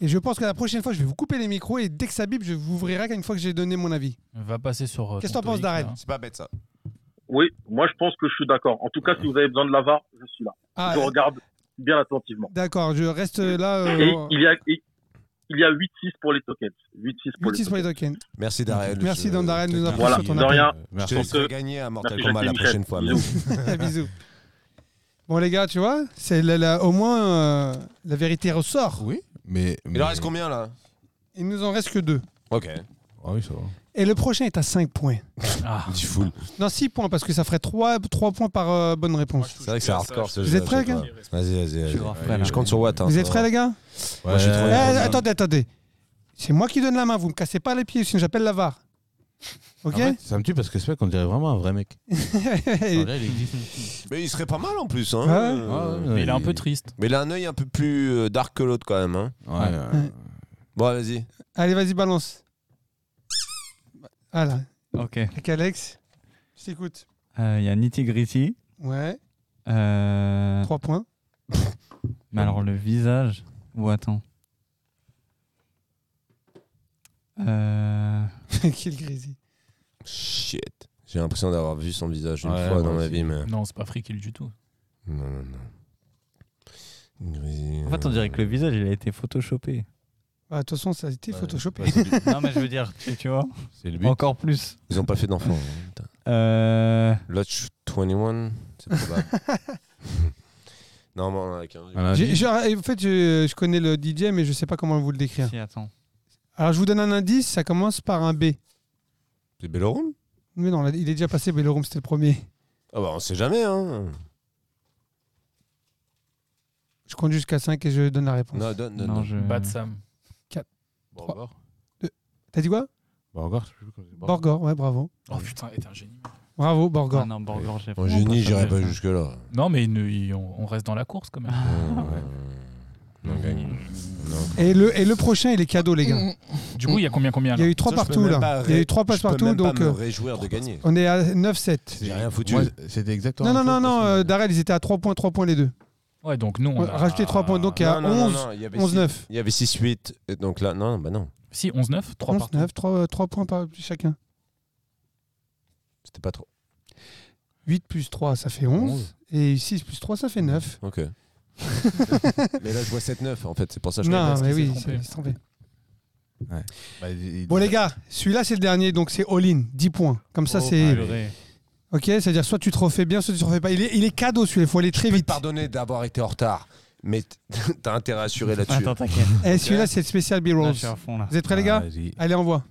Et je pense que la prochaine fois, je vais vous couper les micros et dès que ça bip, je vous ouvrirai qu'une fois que j'ai donné mon avis.
Va passer sur. euh,
Qu'est-ce
ton
que t'en penses,
topic,
Darren
là.
C'est pas bête ça.
Oui, moi je pense que je suis d'accord. En tout cas, si vous avez besoin de la VAR, je suis là.
Ah,
je regarde bien attentivement.
d'accord, je reste là.
Et
Euh,
il y a, et il y a 8-6 pour les tokens. 8-6 pour
8-6
les
pour les
tokens.
tokens.
Merci Darren.
Merci, Dan Darren, nous avons
Voilà,
sur ton
de
appel.
rien.
Je te
Merci.
laisserai gagner à Mortal
Merci,
Kombat la
Jackie
prochaine
Michel.
fois.
Bisous.
Bisous. Bon, les gars, tu vois, c'est la- la- au moins euh, la vérité ressort.
Oui, mais.
Il en reste combien là
Il nous en reste que deux.
Ok.
Ah oui, ça va.
Et le prochain est à 5 points.
Ah,
Petit full.
Non, 6 points, parce que ça ferait 3, points par euh, bonne réponse.
C'est vrai que c'est hardcore ce jeu.
Vous êtes prêts, les gars
Vas-y, vas-y.
Je suis grave
vas-y.
prêt, là.
Je compte sur Watt. hein,
Vous
ça
êtes
va.
prêts, les gars
Moi, j'ai trop-
Eh,
Ouais.
Attendez, attendez. C'est moi qui donne la main, vous me cassez pas les pieds, sinon j'appelle la VAR. Ok
Ah
En fait, ça me tue parce que ce mec, on dirait vraiment un vrai mec. En vrai, il existe.
Mais il serait pas mal en plus. Hein.
Ouais.
Ah,
Euh,
ouais,
mais il est un peu triste.
Mais il a un œil un peu plus euh, dark que l'autre quand même. Hein.
Ouais, ouais.
Bon, vas-y.
Allez, vas-y, balance. Voilà.
Ok. Euh,
Avec Alex, je t'écoute.
Il y a Nitty Gritty.
Ouais,
Ah.
Euh,
3 points.
Mais alors le visage Ou attends. Euh,
Kill Greasy.
Shit. J'ai l'impression d'avoir vu son visage une
Ouais,
fois
moi
dans ma
aussi.
vie, mais.
Non, c'est pas Kill du tout.
Non, non, non. Gris-
En fait, on dirait que le visage, il a été photoshopé.
Ah, De toute façon, ça a été
Bah,
Ouais.
photoshopé.
Ouais, c'est le-
non, mais je veux dire, tu, tu vois,
C'est le but.
encore plus.
Ils ont pas fait d'enfant. hein, putain.
Euh,
Lodge 21, c'est probable. non, mais on en a qu'un.
Un indice.
J'ai- j'ai- en fait, je, je connais le DJ, mais je sais pas comment vous le décrire.
si, attends.
Alors, je vous donne un indice, ça commence par un B.
C'est Bellorum
Mais non, il est déjà passé, mais le room, c'était le premier.
Ah bah on sait jamais, hein.
Je compte jusqu'à 5 et je donne la réponse.
Non, donne, donne.
Non, je... Ah,
Bad Sam.
Bon, encore.
T'as dit quoi
Bon, encore. je sais plus comment- Bon.
Borgor, ouais, bravo.
Oh putain, est un génie.
Bravo,
Ah
Borgor.
non, Borgor, j'ai
Bon,
vraiment
génie,
pas
j'irai
fait
pas
ça.
jusque-là.
Non, mais il ne- il- on, on reste dans la course quand
Ah.
même.
Non, gagne.
Et, le, et le prochain, il est cadeau, les gars.
Du coup, il y a combien, combien
Il y a
là
eu 3 partout, là. Il y a eu 3 passes partout, donc
Je peux même
euh,
pas me réjouir de gagner.
on est à 9-7.
J'ai rien foutu.
Moi, c'était exactement.
Non,
la
non,
même
non,
chose
non,
parce que-
euh, Darrell, ils étaient à 3 points, 3 points les deux.
Ouais, donc nous, on
Ouais,
a...
rajoutez trois points, donc il y a-
Non, non, non,
11,
non, il y avait
11-9.
six- Il y avait 6-8, et donc là, non, bah non,
Si, 11-9, 3 partout.
11-9, 3, euh, points par chacun.
c'était pas trop.
8 plus 3, ça fait 11. Et 6 plus 3, ça fait 9.
Ok. mais là, je vois 7-9, en fait, c'est pour ça que je connais
non,
pas ce
mais
qui
oui,
trompé.
c'est- il s'est trompé.
Bah, il- il-
Bon, les gars, celui-là, c'est le dernier, donc c'est all-in, 10 points. Comme ça,
Oh,
bah,
c'est.
purée.
Ok, c'est-à-dire soit tu te refais bien, soit tu te refais pas. Il est, il est cadeau celui-là, il faut aller très
Je peux te
vite.
pardonner d'avoir été en retard, mais t- t'as intérêt à assurer là-dessus.
Attends, t'inquiète.
Et celui-là, c'est le spécial
Là,
B-Rolls.
je suis à fond, là.
Vous êtes prêts, les
Ah,
gars
Ah, Vas-y.
Allez, envoie.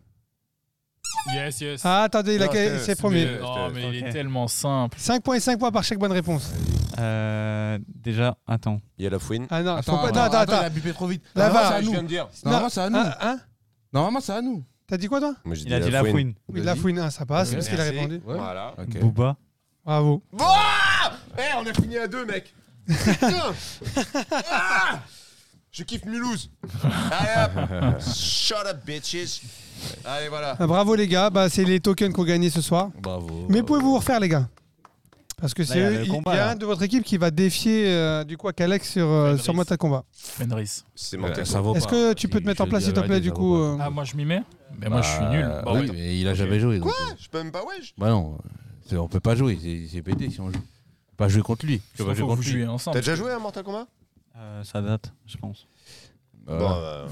Yes, yes.
Ah, attendez, il a-
Non, c'est-
c'est
c'est
premier.
mieux.
oh, mais il
Ok.
est tellement simple.
5 points et 5 points par chaque bonne réponse.
Euh, déjà, attends.
Il y a la fouine.
Ah non,
Attends,
faut pas...
attends,
non, attends,
attends, il
attends.
a bipé trop vite.
La
Normalement,
barre.
c'est à nous.
me dire.
Normalement, c'est à nous.
Ah, hein
Normalement, c'est à nous.
T'as dit quoi, toi
Moi, j'ai
Il a dit la fouine.
Oui, la
Vas-y.
fouine, ah, ça passe,
Ouais.
parce qu'il a
Merci.
répondu.
Ouais.
Voilà.
Ok.
Booba.
Bravo.
Eh, on a fini à deux, mec. Putain. Ah je kiffe Mulhouse. Allez, hop. Shut up, bitches. Allez, voilà.
Ah, bravo, les gars. Bah, c'est les tokens qu'on gagnait ce soir.
Bravo.
Mais pouvez-vous vous refaire, les gars Parce que c'est
il y a
eux-
le
il
combat,
il y a
là.
un de votre équipe qui va défier euh, du coup Alex sur, euh,
Fenris.
sur Mortal Kombat.
Fenris.
Ah.
C'est
Euh,
mon texte.
ça vaut
Est-ce
pas.
que tu peux te
Je
mettre en
dis
place,
la
s'il te
vérité,
plaît, du
ça vaut
coup
pas.
euh,
Ah, moi je m'y mets Mais moi je suis
Bah,
nul. Bon,
oui,
attends.
mais il a
Ok.
jamais joué. donc,
Je peux même pas, wesh.
euh, Bah non. C'est- On peut pas jouer, c'est- c'est pété si on joue. On peut Pas jouer contre lui. Tu
Faut
vas jouer
que vous
contre lui.
jouiez ensemble.
T'as déjà joué à Mortal Kombat
Euh, ça date, je pense.
Voilà.
Bon, euh,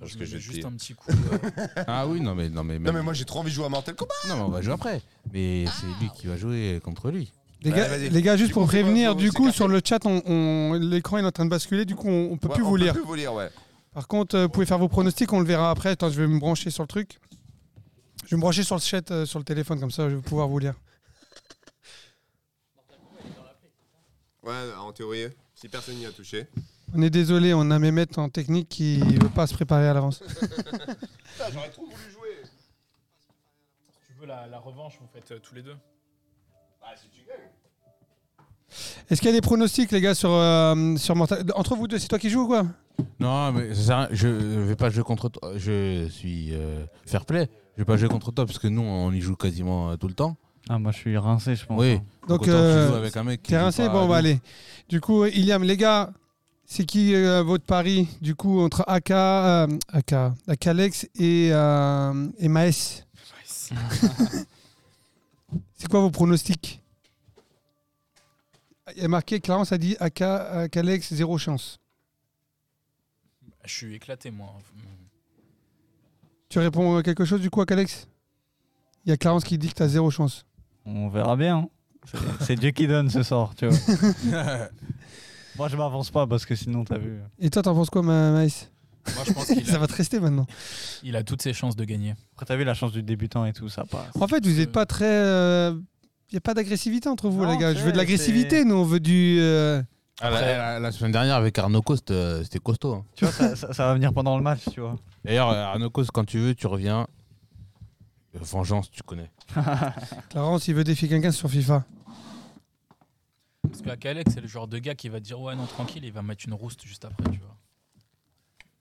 Parce
Je
que
mets
je vais te
juste
dire.
un petit coup. euh,
Ah oui, non mais non mais,
Non,
même-
mais moi j'ai trop envie de jouer à Mortal Kombat.
non, mais on va jouer après. Mais c'est lui qui va jouer contre lui.
Les
Ouais,
gars,
vas-y.
les gars, juste
Du
pour
coup, c'est
prévenir,
pas-
du
c'est
coup,
carté.
sur le chat, on, on- l'écran est en train de basculer, du coup, on, on peut
Ouais,
plus vous lire.
On peut plus vous lire, ouais.
Par contre, euh, vous pouvez faire vos pronostics, on le verra après. Attends, je vais me brancher sur le truc. Je vais me brancher sur le chat, euh, sur le téléphone, comme ça, je vais pouvoir vous lire.
Ouais, en théorie, si personne n'y a touché.
On est désolé, on a Mehmet en technique qui veut pas se préparer à l'avance.
Putain, j'aurais trop voulu jouer.
si tu veux la, la revanche, vous faites euh, tous les deux.
Bah, si tu gagnes.
Est-ce qu'il y a des pronostics, les gars, sur, euh, sur Mortal Entre vous deux, c'est toi qui joues ou quoi
Non mais ça sert à rien. je vais pas jouer contre toi. Je suis euh, fair play. Je vais pas jouer contre toi parce que nous on y joue quasiment euh, tout le temps.
Ah, moi, je suis rincé, je pense.
Oui.
hein.
Donc,
autant que tu
euh,
joues avec un mec qui
T'es
joue
rincé
pas
Bon, on va
nous.
aller. Du coup, euh, Iliam, les gars, c'est qui euh, votre pari Du coup, entre AK, euh, AK, Akalex et, euh, et Maes C'est quoi vos pronostics Il y a marqué, Clarence a dit AK, Akalex, zéro chance.
Je suis éclaté, moi.
Tu réponds à quelque chose du coup, Akalex Il y a Clarence qui dit que t'as zéro chance.
On verra bien. hein. C'est- C'est Dieu qui donne ce sort, tu vois. moi, je m'avance pas parce que sinon, t'as vu.
Et toi, t'en penses quoi, Ma- Maes
Moi, je pense qu'il
Ça
a,
va te rester maintenant.
il a toutes ses chances de gagner.
Après, t'as vu la chance du débutant et tout, ça passe.
En fait, vous n'êtes pas très. Il n'y a pas d'agressivité entre vous,
Non,
les gars. Je
c'est-
veux de l'agressivité, nous, on veut du. euh,
Ah, la, la- la semaine dernière avec Arnaud Coste, euh, c'était costaud. hein.
Tu vois, ça, ça- ça va venir pendant le match, tu vois.
D'ailleurs, euh, Arnaud Coste, quand tu veux, tu reviens. Euh, Vengeance, tu connais.
Clarence, il veut défier quelqu'un sur FIFA.
Parce qu'Alex, c'est le genre de gars qui va dire Ouais, non, tranquille, il va mettre une rouste juste après, tu vois.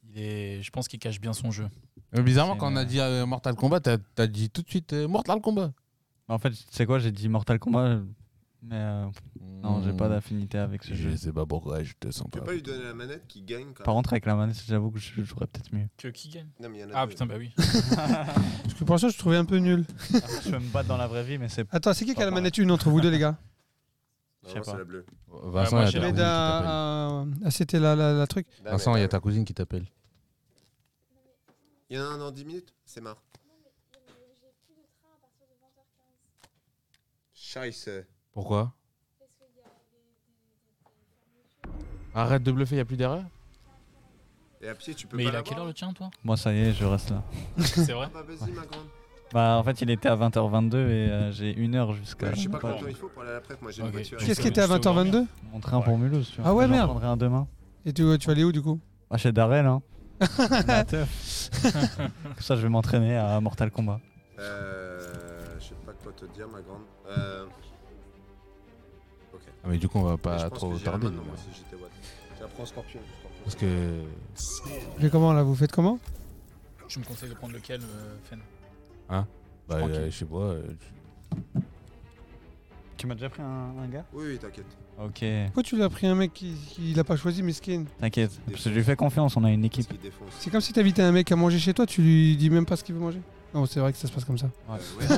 Il est... Je pense qu'il cache bien son jeu.
Mais bizarrement,
C'est
quand on a
une-
dit euh, Mortal Kombat, t'as as dit tout de suite euh, Mortal Kombat.
En fait, tu sais quoi, j'ai dit Mortal Kombat, mais euh, non, j'ai pas d'affinité avec ce jeu.
Hmm. Je sais pas pourquoi, je te sens pas.
Tu peux pas lui donner la manette qui gagne quand
Par contre, avec la manette, j'avoue que je jouerais peut-être mieux.
Que qui gagne
même. Non, mais il y en a
Ah
deux.
putain, bah oui.
Parce que pour l'instant, je trouvais un peu nul.
Ah, je vais me battre dans la vraie vie, mais c'est.
Attends, c'est qui qui a
Pas
la
pareil.
manette une entre vous deux, les gars
je sais
Normalement,
pas.
c'est la bleue.
Vincent,
Ouais, moi,
il y a
j'ai
ta
l'aide
J'aide
cousine qui t'appelle.
à. Ah, c'était la, la, la truc.
Non,
Vincent,
Bah, mais-
il y a ta cousine qui t'appelle.
Il y en a un dans 10 minutes C'est marre. Scheisse.
Pourquoi Arrête de bluffer, il n'y a plus d'erreur
Et à pied, tu peux
Mais
pas
il a
la
quelle
voir
heure le tien, toi
Moi, ça y est, je reste là.
C'est vrai
Ah bah vas-y, ma grande.
Bah, en fait, il était à 20h22 et euh, j'ai une heure jusqu'à.
Ouais, je sais pas
pas-
combien de temps il faut pour aller à la prep. Moi, j'ai
Ok.
une voiture.
Qu'est-ce
euh,
qui était à
je te vois
20h22
Mon train pour Mulhouse, tu vois.
Ah ouais,
J'en
merde.
prendrai un demain.
Et tu, tu vas aller où, du coup
Ah, chez Darrell, hein. La teuf. Comme ça, je vais m'entraîner à Mortal Kombat.
Euh. Je sais pas quoi te dire, ma grande. Euh.
Ah, Mais du coup, on va
mais je
pas
pense
trop
que j'irai
tarder.
maintenant,
les
moi,
gars.
si j'étais Watt. Tiens, prends Scorpion. Scorpion.
Parce que.
Mais comment, là Vous faites comment
Tu me conseilles de prendre lequel, euh, Fen
Bah,
Tranquille.
euh, je sais pas. euh,
Tu m'as déjà pris un, un gars
Oui, oui, t'inquiète.
Ok,
Pourquoi tu l'as pris un mec qui, qui l'a pas choisi, Miskin
t'inquiète. Parce que je lui fais confiance, on a une
Parce
équipe.
qu'il défonce.
C'est comme si t'invitais un mec à manger chez toi, tu lui dis même pas ce qu'il veut manger. Non, c'est vrai que ça se passe comme ça.
Euh, ouais.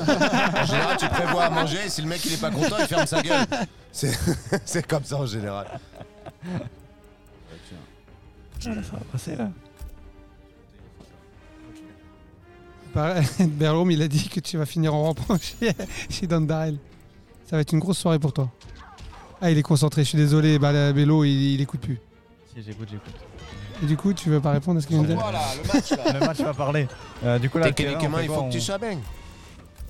en général, tu prévois à manger. Si le mec il est pas content, il ferme sa gueule. C'est c'est comme ça en général.
Ah, là, ça va passer là.
Pareil, Berlom, il a dit que tu vas finir en rampant chez, chez Dan Darrell. Ça va être une grosse soirée pour toi. Ah, il est concentré, je suis désolé, bah, la- Bello, il, il écoute plus.
Si, j'écoute, j'écoute.
Et du coup, tu veux pas répondre à ce qu'il vient de dire
Voilà, le match là.
Le match va parler. Euh, du coup, là, le terrain, on
Techniquement,
fait
il
quoi,
faut que
on-
tu chabaignes.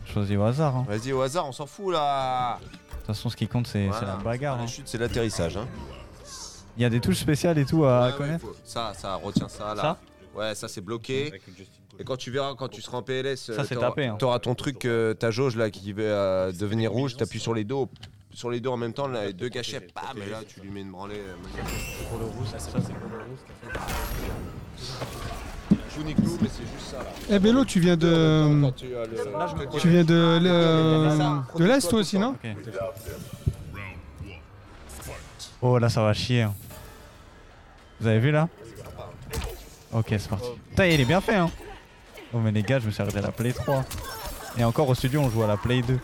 Je choisis au hasard. hein.
Vas-y, au hasard, on s'en fout là.
De toute façon, ce qui compte, c'est c'est la
Voilà.
bagarre.
La
hein.
chute, c'est l'atterrissage. Hein.
Il y a des touches spéciales et tout à
Ouais, ouais,
connaître.
faut- Ça, ça, retiens ça là.
Ça
ouais, ça c'est bloqué. Et quand tu verras, quand tu seras en PLS,
Ça,
euh,
c'est
t'auras-
tapé, hein.
T'auras ton truc, euh, ta jauge là qui va euh, devenir rouge, t'appuies sur les dos. Sur les deux en même temps, là, les deux gâchets, bam, et là tu lui mets une branlée. euh, magnifique. Je vous nique tout, mais c'est juste ça là.
Eh, Bello, tu viens de.
Hum.
Quand tu as le- je te
Tu
dis-
viens de. le- de l'Est, toi aussi, non
Ok. Oh là, ça va chier. hein. Vous avez vu là Ok, c'est parti. Putain, il est bien fait. Hein. Oh, mais les gars, je me suis arrêté à la Play 3. Et encore au studio, on joue à la Play 2.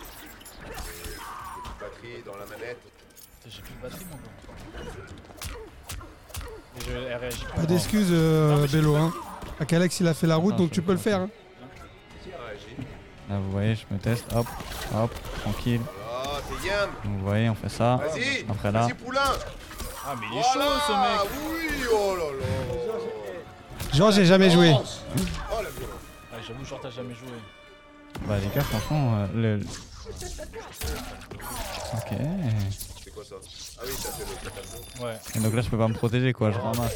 Je, elle réagit
Ah,
Pas d'excuses, euh,
Non, mais je-
Bello. Hein. Akalex, il a fait la route,
Attends,
donc
je
tu
vais
peux le
faire
faire. hein.
Là, vous voyez, je me teste. Hop, hop, tranquille.
Oh, t'es yam
Donc, vous voyez, on fait ça.
Vas-y
Ah, bah, Après là,
Vas-y, Poulain
Ah, mais il est
Voilà
chaud, ce mec
Oui Oh là là
Genre, j'ai jamais joué.
Oh la violence
ah, J'avoue, genre, t'as jamais joué.
bah les gars, franchement, euh, le. Ok. Et
C'est quoi ça Ah oui, ça fait le catalan.
Ouais.
donc là, je peux pas me protéger, quoi. Je ramasse.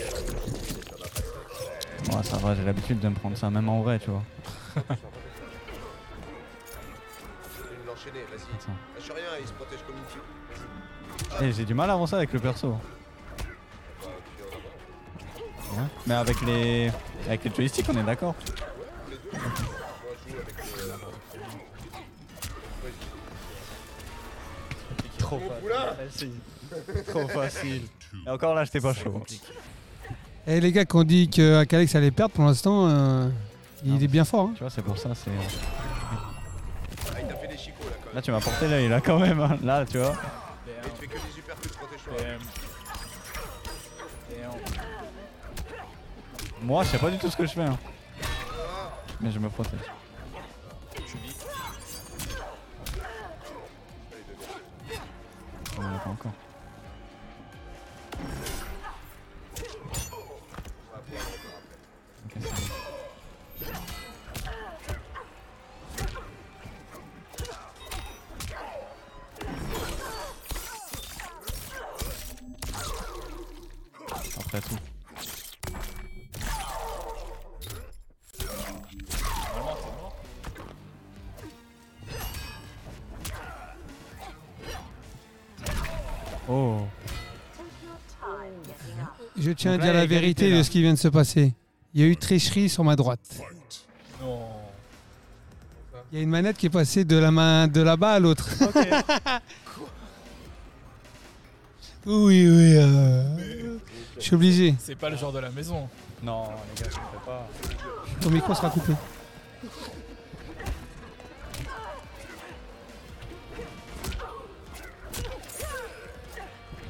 Ouais, ça va, j'ai l'habitude de me prendre ça, même en vrai, tu vois.
Je vais l'enchaîner, vas-y.
Attends.
Lâche rien, il se protège comme une fille.
Eh, j'ai du mal à avancer avec le perso. Ouais. Hein Mais avec les. Avec les joysticks, on est d'accord. Trop facile. Trop facile. Et encore là, j'étais pas chaud.
Et Eh, les gars, qu'on dit qu'Akalex allait perdre, pour l'instant, euh, il est bien fort. hein.
Tu vois, c'est pour ça, c'est.
Ah, il t'a fait des chicots là quand même.
Là, tu m'as porté l'œil, là, quand même. hein. Là, tu vois.
Mais tu fais que des uppercuts, protège-toi.
Damn. Damn.
Moi, je sais pas du tout ce que je fais. hein. Mais je me protège. On Oh, en a pas encore. Ok, c'est bon. Après tout. Oh.
Je tiens
Donc
à
là,
dire la
il y a égalité,
vérité
là.
de ce qui vient de se passer. Il y a eu tricherie sur ma droite.
Non.
Il y a une manette qui est passée de la main de là-bas à l'autre. oui, oui. euh, Je suis obligé.
C'est pas le genre de la maison.
Non, les gars, je ne fais pas.
Ton micro sera coupé.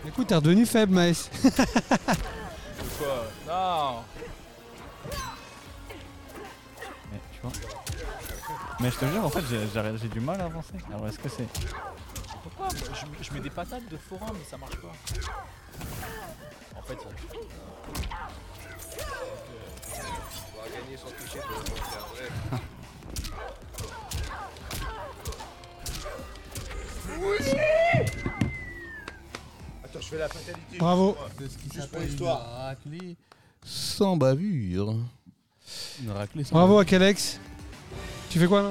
Écoute, t'es redevenu faible, Maes.
De quoi Non.
Mais tu vois. Mais je te jure, en fait, j'ai- j'ai j'ai du mal à avancer. Alors, est-ce que c'est.
Pourquoi je, je mets des patates de forain, mais ça marche pas. En fait, il-
On va gagner sans toucher, toi. C'est un vrai. Oui Attends, je fais la fatalité.
Bravo.
Juste pour l'histoire.
Raclée sans bavure. Une raclée sans
Bravo à Calex. Tu fais quoi là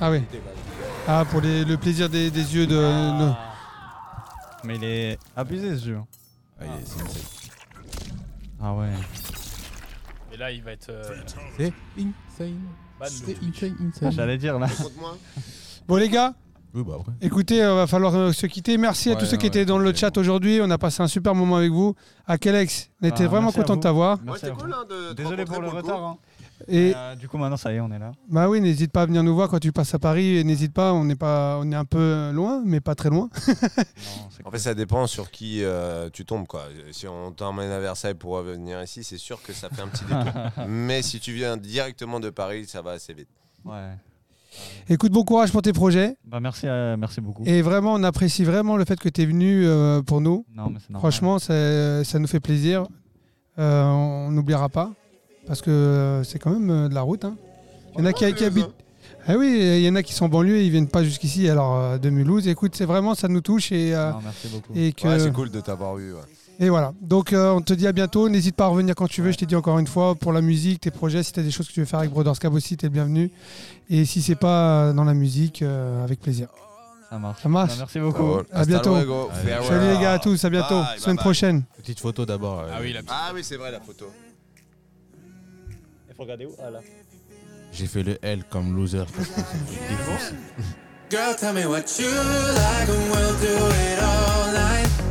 Ah oui. Ah pour les- le plaisir des, des yeux de. de-
Ah. Mais il est abusé ce jeu.
bavure. Ah, il est- c'est- c'est-
Ah ouais.
Mais là, il va être. euh,
C'est insane.
ban de
C'est
Twitch.
insane,
Ah,
insane.
J'allais dire là.
Contre-moi.
Bon les gars,
Oui, bah après.
écoutez, euh, va falloir euh, se quitter. Merci à
Ouais,
tous ceux qui
ouais,
étaient dans le
ok.
chat aujourd'hui. On a passé un super moment avec vous. À Calex, on était
Ah,
vraiment
merci à
content de
vous.
t'avoir.
Ouais,
Merci à
c'était
vous.
cool hein, de te
Désolé
rencontrer
pour le
coup.
retard. hein.
Et
Euh, du coup, maintenant, ça y est, on est là.
bah oui, n'hésite pas à venir nous voir quand tu passes à Paris. Et n'hésite pas, on est pas, on est un peu euh, loin, mais pas très loin.
Non, c'est
En fait, ça dépend sur qui euh, tu tombes. Quoi. Si on t'emmène à Versailles pour venir ici, c'est sûr que ça fait un petit détour. Mais si tu viens directement de Paris, ça va assez vite.
Ouais.
Écoute, bon courage pour tes projets.
Bah, merci, à- merci beaucoup.
Et vraiment, on apprécie vraiment le fait que tu es venu euh, pour nous.
Non, mais c'est normal.
Franchement, ça, ça nous fait plaisir. Euh, on n'oubliera pas. Parce que euh, c'est quand même euh, de la route. hein. Il y en a qui, qui habitent. Ah oui, il y en a qui sont en banlieue et ils viennent pas jusqu'ici, alors euh, de Mulhouse. Écoute, c'est vraiment, ça nous touche. Et, euh,
Non, merci beaucoup.
et, que,
Ouais, c'est cool de t'avoir eu. ouais.
et voilà. Donc, euh, on te dit à bientôt. N'hésite pas à revenir quand tu veux. Je t'ai dit encore une fois, pour la musique, tes projets, si tu as des choses que tu veux faire avec Brothers Cab aussi, t'es le bienvenu. Et si c'est pas euh, dans la musique, euh, avec plaisir.
Ça marche.
Ça marche.
Bah, merci beaucoup.
Hasta
À bientôt.
luego. Farewell.
Salut les gars à tous, à bientôt.
Bye, bye,
Semaine
bye.
prochaine.
Petite photo d'abord. euh,
Ah oui, la petite.
Ah oui, c'est vrai la photo.
Il faut regarder où Ah là.
J'ai fait le L comme loser. parce que ça me défonce.
Girl, tell me what you like and we'll do it all night.